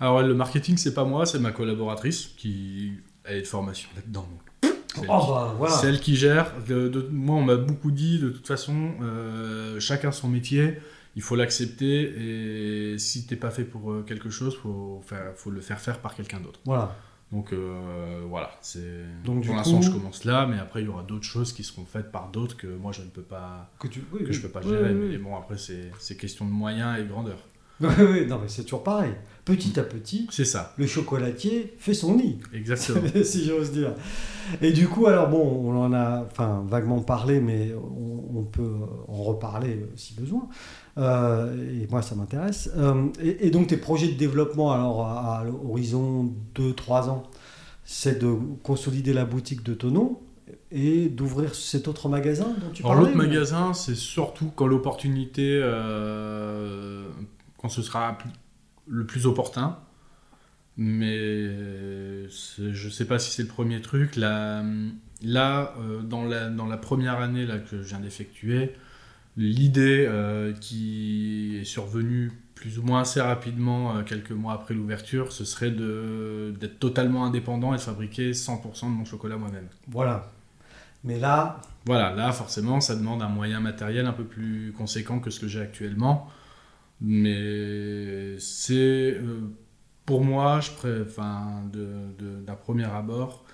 Speaker 2: Alors, le marketing, c'est pas moi, c'est ma collaboratrice qui elle est de formation là-dedans. donc. C'est
Speaker 1: Oh, bah, voilà.
Speaker 2: Celle qui gère. De- de- moi, on m'a beaucoup dit, de toute façon, euh, chacun son métier, il faut l'accepter, et si t'es pas fait pour euh, quelque chose, faut, faire- faut le faire faire par quelqu'un d'autre.
Speaker 1: Voilà.
Speaker 2: Donc euh, voilà, c'est...
Speaker 1: Donc, du
Speaker 2: pour l'instant,
Speaker 1: coup-
Speaker 2: je commence là, mais après, il y aura d'autres choses qui seront faites par d'autres que moi, je ne peux pas,
Speaker 1: Que, tu,
Speaker 2: que je peux pas gérer. Mais bon, après, c'est, c'est question de moyens et de grandeur.
Speaker 1: non, mais c'est toujours pareil. Petit à petit,
Speaker 2: C'est ça,
Speaker 1: le chocolatier fait son nid.
Speaker 2: exactement.
Speaker 1: si j'ose dire. Et du coup, alors bon, on en a enfin, vaguement parlé, mais on, on peut euh, en reparler euh, si besoin. Euh, et moi, ça m'intéresse. Euh, et, et donc, tes projets de développement, alors à, à l'horizon 2-3 ans, c'est de consolider la boutique de Tonon et d'ouvrir cet autre magasin dont tu
Speaker 2: Alors
Speaker 1: parlais.
Speaker 2: l'autre
Speaker 1: mais-
Speaker 2: magasin, c'est surtout quand l'opportunité, euh, quand ce sera plus- le plus opportun. Mais c'est- je sais pas si c'est le premier truc. Là, là euh, dans, la, dans la première année là, que je viens d'effectuer, l'idée euh, qui est survenue plus ou moins assez rapidement, euh, quelques mois après l'ouverture, ce serait de- d'être totalement indépendant et de fabriquer 100% de mon chocolat moi-même.
Speaker 1: Voilà. Mais là,
Speaker 2: Voilà, là forcément, ça demande un moyen matériel un peu plus conséquent que ce que j'ai actuellement. Mais c'est euh, pour moi, je pré... enfin, de- de- d'un premier abord,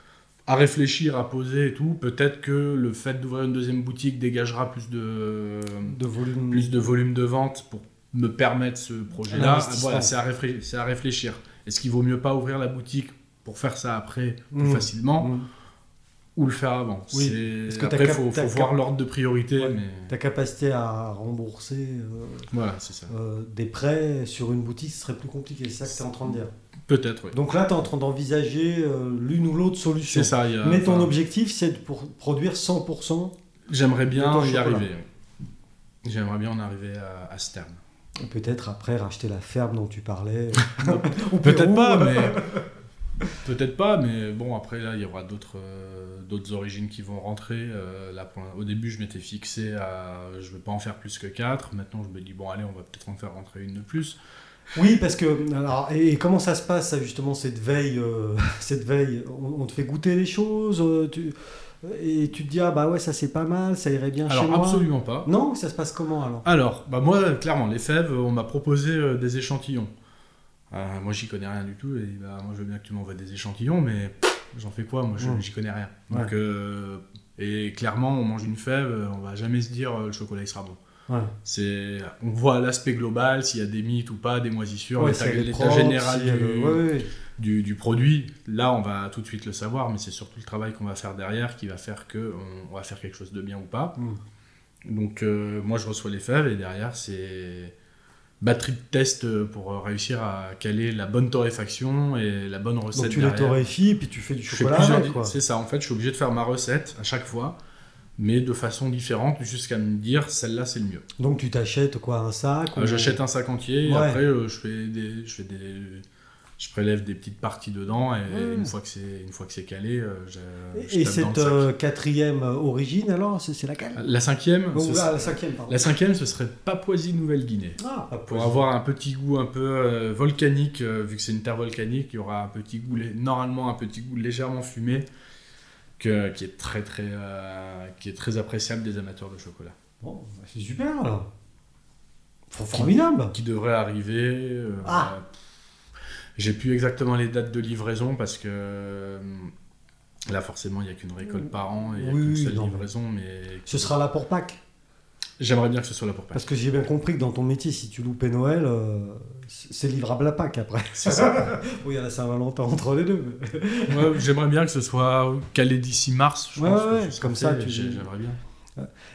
Speaker 2: à réfléchir, à poser et tout. Peut-être que le fait d'ouvrir une deuxième boutique dégagera plus de,
Speaker 1: de volume.
Speaker 2: plus de volume de vente pour me permettre ce
Speaker 1: Un
Speaker 2: projet-là.
Speaker 1: investissement.
Speaker 2: Voilà, c'est à, réfléch- c'est à réfléchir. Est-ce qu'il vaut mieux pas ouvrir la boutique pour faire ça après plus
Speaker 1: Mmh.
Speaker 2: facilement
Speaker 1: Mmh.
Speaker 2: ou le faire avant.
Speaker 1: Oui,
Speaker 2: C'est-
Speaker 1: parce que t'as
Speaker 2: Après, il
Speaker 1: cap-
Speaker 2: faut,
Speaker 1: t'as
Speaker 2: faut
Speaker 1: cap-
Speaker 2: voir l'ordre de priorité,
Speaker 1: Ouais.
Speaker 2: mais
Speaker 1: Ta capacité à rembourser euh,
Speaker 2: voilà, c'est ça.
Speaker 1: euh, des prêts sur une boutique, ce serait plus compliqué. C'est ça que tu es en train de dire.
Speaker 2: Peut-être, oui.
Speaker 1: Donc là, tu es en train d'envisager euh, l'une ou l'autre solution.
Speaker 2: C'est ça. il y a-
Speaker 1: Mais ton
Speaker 2: enfin,
Speaker 1: objectif, c'est de pour- produire 100%.
Speaker 2: J'aimerais bien
Speaker 1: Ton
Speaker 2: y
Speaker 1: chocolat.
Speaker 2: arriver. oui. J'aimerais bien en arriver à, à ce terme.
Speaker 1: Et peut-être après racheter la ferme dont tu parlais. Au
Speaker 2: Peut-être
Speaker 1: Pérou. euh,
Speaker 2: pas, mais peut-être pas, mais bon après là il y aura d'autres euh, d'autres origines qui vont rentrer. Euh, là, pour- au début je m'étais fixé à je veux pas en faire plus que 4. Maintenant je me dis bon allez on va peut-être en faire rentrer une de plus.
Speaker 1: Oui, parce que. Alors, et, et comment ça se passe, ça, justement, cette veille euh, Cette veille, on, on te fait goûter les choses euh, tu- Et tu te dis, ah bah ouais, ça c'est pas mal, ça irait bien chez
Speaker 2: Alors
Speaker 1: moi.
Speaker 2: absolument pas.
Speaker 1: Non, ça se passe comment alors
Speaker 2: Alors bah moi clairement les fèves on m'a proposé euh, des échantillons. Euh, moi j'y connais rien du tout et bah moi je veux bien que tu m'envoies des échantillons mais pff, j'en fais quoi moi je-
Speaker 1: Mm.
Speaker 2: j'y connais rien.
Speaker 1: Ouais.
Speaker 2: Donc euh, et clairement on mange une fève on va jamais se dire euh, le chocolat il sera bon.
Speaker 1: Ouais.
Speaker 2: C'est, on voit l'aspect global, s'il y a des mythes ou pas, des moisissures,
Speaker 1: Ouais,
Speaker 2: l'état,
Speaker 1: si elle est
Speaker 2: l'état
Speaker 1: propre,
Speaker 2: général
Speaker 1: si
Speaker 2: du,
Speaker 1: elle- ouais, ouais, ouais.
Speaker 2: du- du produit. Là, on va tout de suite le savoir, mais c'est surtout le travail qu'on va faire derrière qui va faire que on, on va faire quelque chose de bien ou pas.
Speaker 1: Mm.
Speaker 2: Donc, euh, moi, je reçois les fèves et derrière, c'est batterie de test pour euh, réussir à caler la bonne torréfaction et la bonne recette
Speaker 1: Donc tu les
Speaker 2: derrière.
Speaker 1: torréfies, puis tu fais du
Speaker 2: Je fais
Speaker 1: chocolat
Speaker 2: plusieurs-
Speaker 1: avec, quoi.
Speaker 2: C'est ça, en fait, je suis obligé de faire ma recette à chaque fois, mais de façon différente jusqu'à me dire celle-là, c'est le mieux.
Speaker 1: Donc tu t'achètes quoi, un sac
Speaker 2: Euh,
Speaker 1: ou-
Speaker 2: J'achète un sac entier et
Speaker 1: Ouais.
Speaker 2: après euh, je fais des, je fais des, je prélève des petites parties dedans et
Speaker 1: Ouais.
Speaker 2: une fois que c'est, une fois que c'est calé, euh, je, je
Speaker 1: Et
Speaker 2: tape dans
Speaker 1: cette
Speaker 2: le sac.
Speaker 1: euh, quatrième euh, origine, alors, c'est c'est laquelle
Speaker 2: La cinquième,
Speaker 1: Oh,
Speaker 2: ce
Speaker 1: là,
Speaker 2: serait-
Speaker 1: la cinquième, pardon.
Speaker 2: Ah, la cinquième, ce serait Papouasie-Nouvelle-Guinée.
Speaker 1: Ah, pas
Speaker 2: Pour
Speaker 1: possible.
Speaker 2: avoir un petit goût un peu euh, volcanique, euh, vu que c'est une terre volcanique, il y aura un petit goût, lé- normalement un petit goût légèrement fumé, que, qui est très très, euh, qui est très appréciable des amateurs de chocolat.
Speaker 1: Bon, bah, c'est super, alors. F- Formidable
Speaker 2: qui devrait arriver. euh,
Speaker 1: Ah.
Speaker 2: J'ai plus exactement les dates de livraison parce que euh, là, forcément, il n'y a qu'une récolte par an et il n'y a
Speaker 1: Mm. Oui,
Speaker 2: qu'une
Speaker 1: oui,
Speaker 2: seule
Speaker 1: non, mais-
Speaker 2: livraison. Mais
Speaker 1: Ce sera là pour Pâques.
Speaker 2: J'aimerais bien que ce soit là pour Pâques.
Speaker 1: Parce que j'ai bien compris que dans ton métier, si tu loupais Noël, euh, c- c'est livrable à Pâques après.
Speaker 2: C'est ça.
Speaker 1: Oui, il y a la Saint-Valentin entre les deux.
Speaker 2: Ouais, J'aimerais bien que ce soit calé d'ici mars. Je
Speaker 1: Ouais,
Speaker 2: pense
Speaker 1: ouais,
Speaker 2: que ce
Speaker 1: comme
Speaker 2: serait
Speaker 1: ça,
Speaker 2: fait,
Speaker 1: tu-
Speaker 2: j'ai- J'aimerais bien.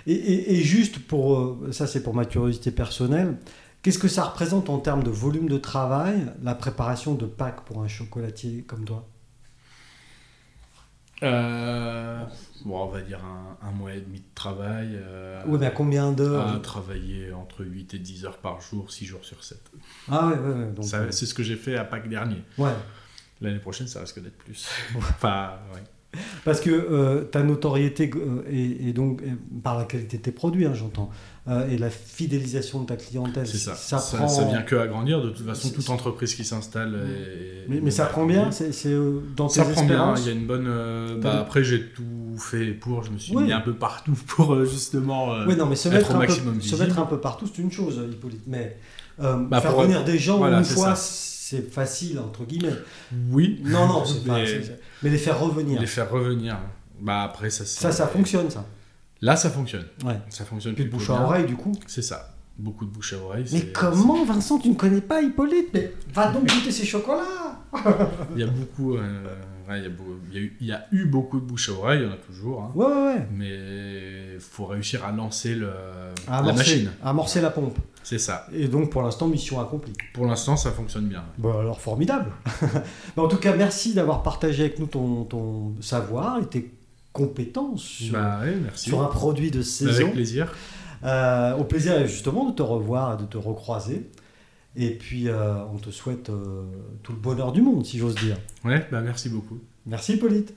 Speaker 1: Et, et- et juste pour, euh, ça c'est pour ma curiosité personnelle, qu'est-ce que ça représente en termes de volume de travail, la préparation de Pâques pour un chocolatier comme toi
Speaker 2: Euh, bon, on va dire un, un mois et demi de travail. euh,
Speaker 1: Oui, mais à combien
Speaker 2: à
Speaker 1: d'heures
Speaker 2: travailler entre 8 et 10 heures par jour, 6 jours sur 7.
Speaker 1: Ah ouais, ouais, ouais. donc, euh,
Speaker 2: C'est ce que j'ai fait à Pâques dernier.
Speaker 1: ouais.
Speaker 2: L'année prochaine, ça risque d'être plus. enfin, ouais.
Speaker 1: Parce que euh, ta notoriété, euh, et, et donc et par la qualité de tes produits, hein, j'entends, euh, et la fidélisation de ta clientèle,
Speaker 2: C'est ça.
Speaker 1: ça,
Speaker 2: Ça,
Speaker 1: prend...
Speaker 2: ça vient que à grandir. De toute façon,
Speaker 1: C'est-
Speaker 2: toute entreprise qui s'installe.
Speaker 1: Mm.
Speaker 2: est-
Speaker 1: Mais,
Speaker 2: est-
Speaker 1: mais ça
Speaker 2: va
Speaker 1: prend
Speaker 2: grandir.
Speaker 1: bien, c'est c'est, euh, dans tes
Speaker 2: Ça prend bien.
Speaker 1: espérances.
Speaker 2: Il y a une bonne. euh,
Speaker 1: T'as
Speaker 2: bah,
Speaker 1: des-
Speaker 2: après, j'ai tout fait pour. Je me suis
Speaker 1: Oui.
Speaker 2: mis un peu partout pour euh, justement. euh,
Speaker 1: Oui, non, mais se
Speaker 2: être
Speaker 1: mettre,
Speaker 2: au
Speaker 1: un peu,
Speaker 2: maximum
Speaker 1: se
Speaker 2: visible.
Speaker 1: mettre un peu partout, c'est une chose, Hippolyte. Mais euh,
Speaker 2: Bah,
Speaker 1: faire
Speaker 2: pour-
Speaker 1: venir des gens
Speaker 2: voilà,
Speaker 1: une
Speaker 2: c'est
Speaker 1: fois,
Speaker 2: ça.
Speaker 1: c'est facile, entre guillemets.
Speaker 2: Oui.
Speaker 1: Non, non, c'est pas.
Speaker 2: Mais-
Speaker 1: c'est- c'est- Mais les faire revenir,
Speaker 2: Les faire revenir. Bah après, ça. c'est-
Speaker 1: ça, ça fonctionne, ça.
Speaker 2: Là, ça fonctionne.
Speaker 1: Ouais.
Speaker 2: Ça fonctionne.
Speaker 1: Puis de
Speaker 2: plutôt
Speaker 1: bouche à
Speaker 2: bien.
Speaker 1: oreille, du coup.
Speaker 2: C'est ça. Beaucoup de bouche à oreille.
Speaker 1: Mais
Speaker 2: c'est-
Speaker 1: comment, Vincent, tu ne connais pas Hippolyte Mais va donc goûter ces chocolats
Speaker 2: Il y a beaucoup. euh, ouais, il y a beau- il y, a eu- il y a eu beaucoup de bouche à oreille. Il y en a toujours. hein.
Speaker 1: Ouais, ouais, ouais.
Speaker 2: Mais faut réussir à lancer le,
Speaker 1: À
Speaker 2: la
Speaker 1: amorcer,
Speaker 2: machine.
Speaker 1: à amorcer la pompe.
Speaker 2: C'est ça.
Speaker 1: Et donc, pour l'instant, mission accomplie.
Speaker 2: Pour l'instant, ça fonctionne bien.
Speaker 1: Bon, alors formidable. Bah, en tout cas, merci d'avoir partagé avec nous ton, ton savoir et tes compétences sur,
Speaker 2: Bah ouais, merci.
Speaker 1: sur un produit de
Speaker 2: Avec
Speaker 1: saison.
Speaker 2: plaisir.
Speaker 1: Euh, au plaisir justement de te revoir et de te recroiser. Et puis, euh, on te souhaite euh, tout le bonheur du monde, si j'ose dire.
Speaker 2: Ouais, bah merci beaucoup.
Speaker 1: Merci, Hippolyte.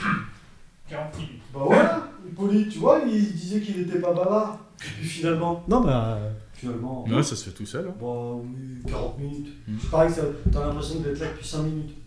Speaker 1: Bah voilà, Hippolyte, tu vois, il disait qu'il n'était pas bavard. Et puis finalement. Non, bah. Finalement.
Speaker 2: Non, ça se fait tout seul. hein.
Speaker 1: Bah oui, 40 minutes.
Speaker 2: Mm.
Speaker 1: C'est pareil, ça- t'as l'impression d'être là depuis 5 minutes.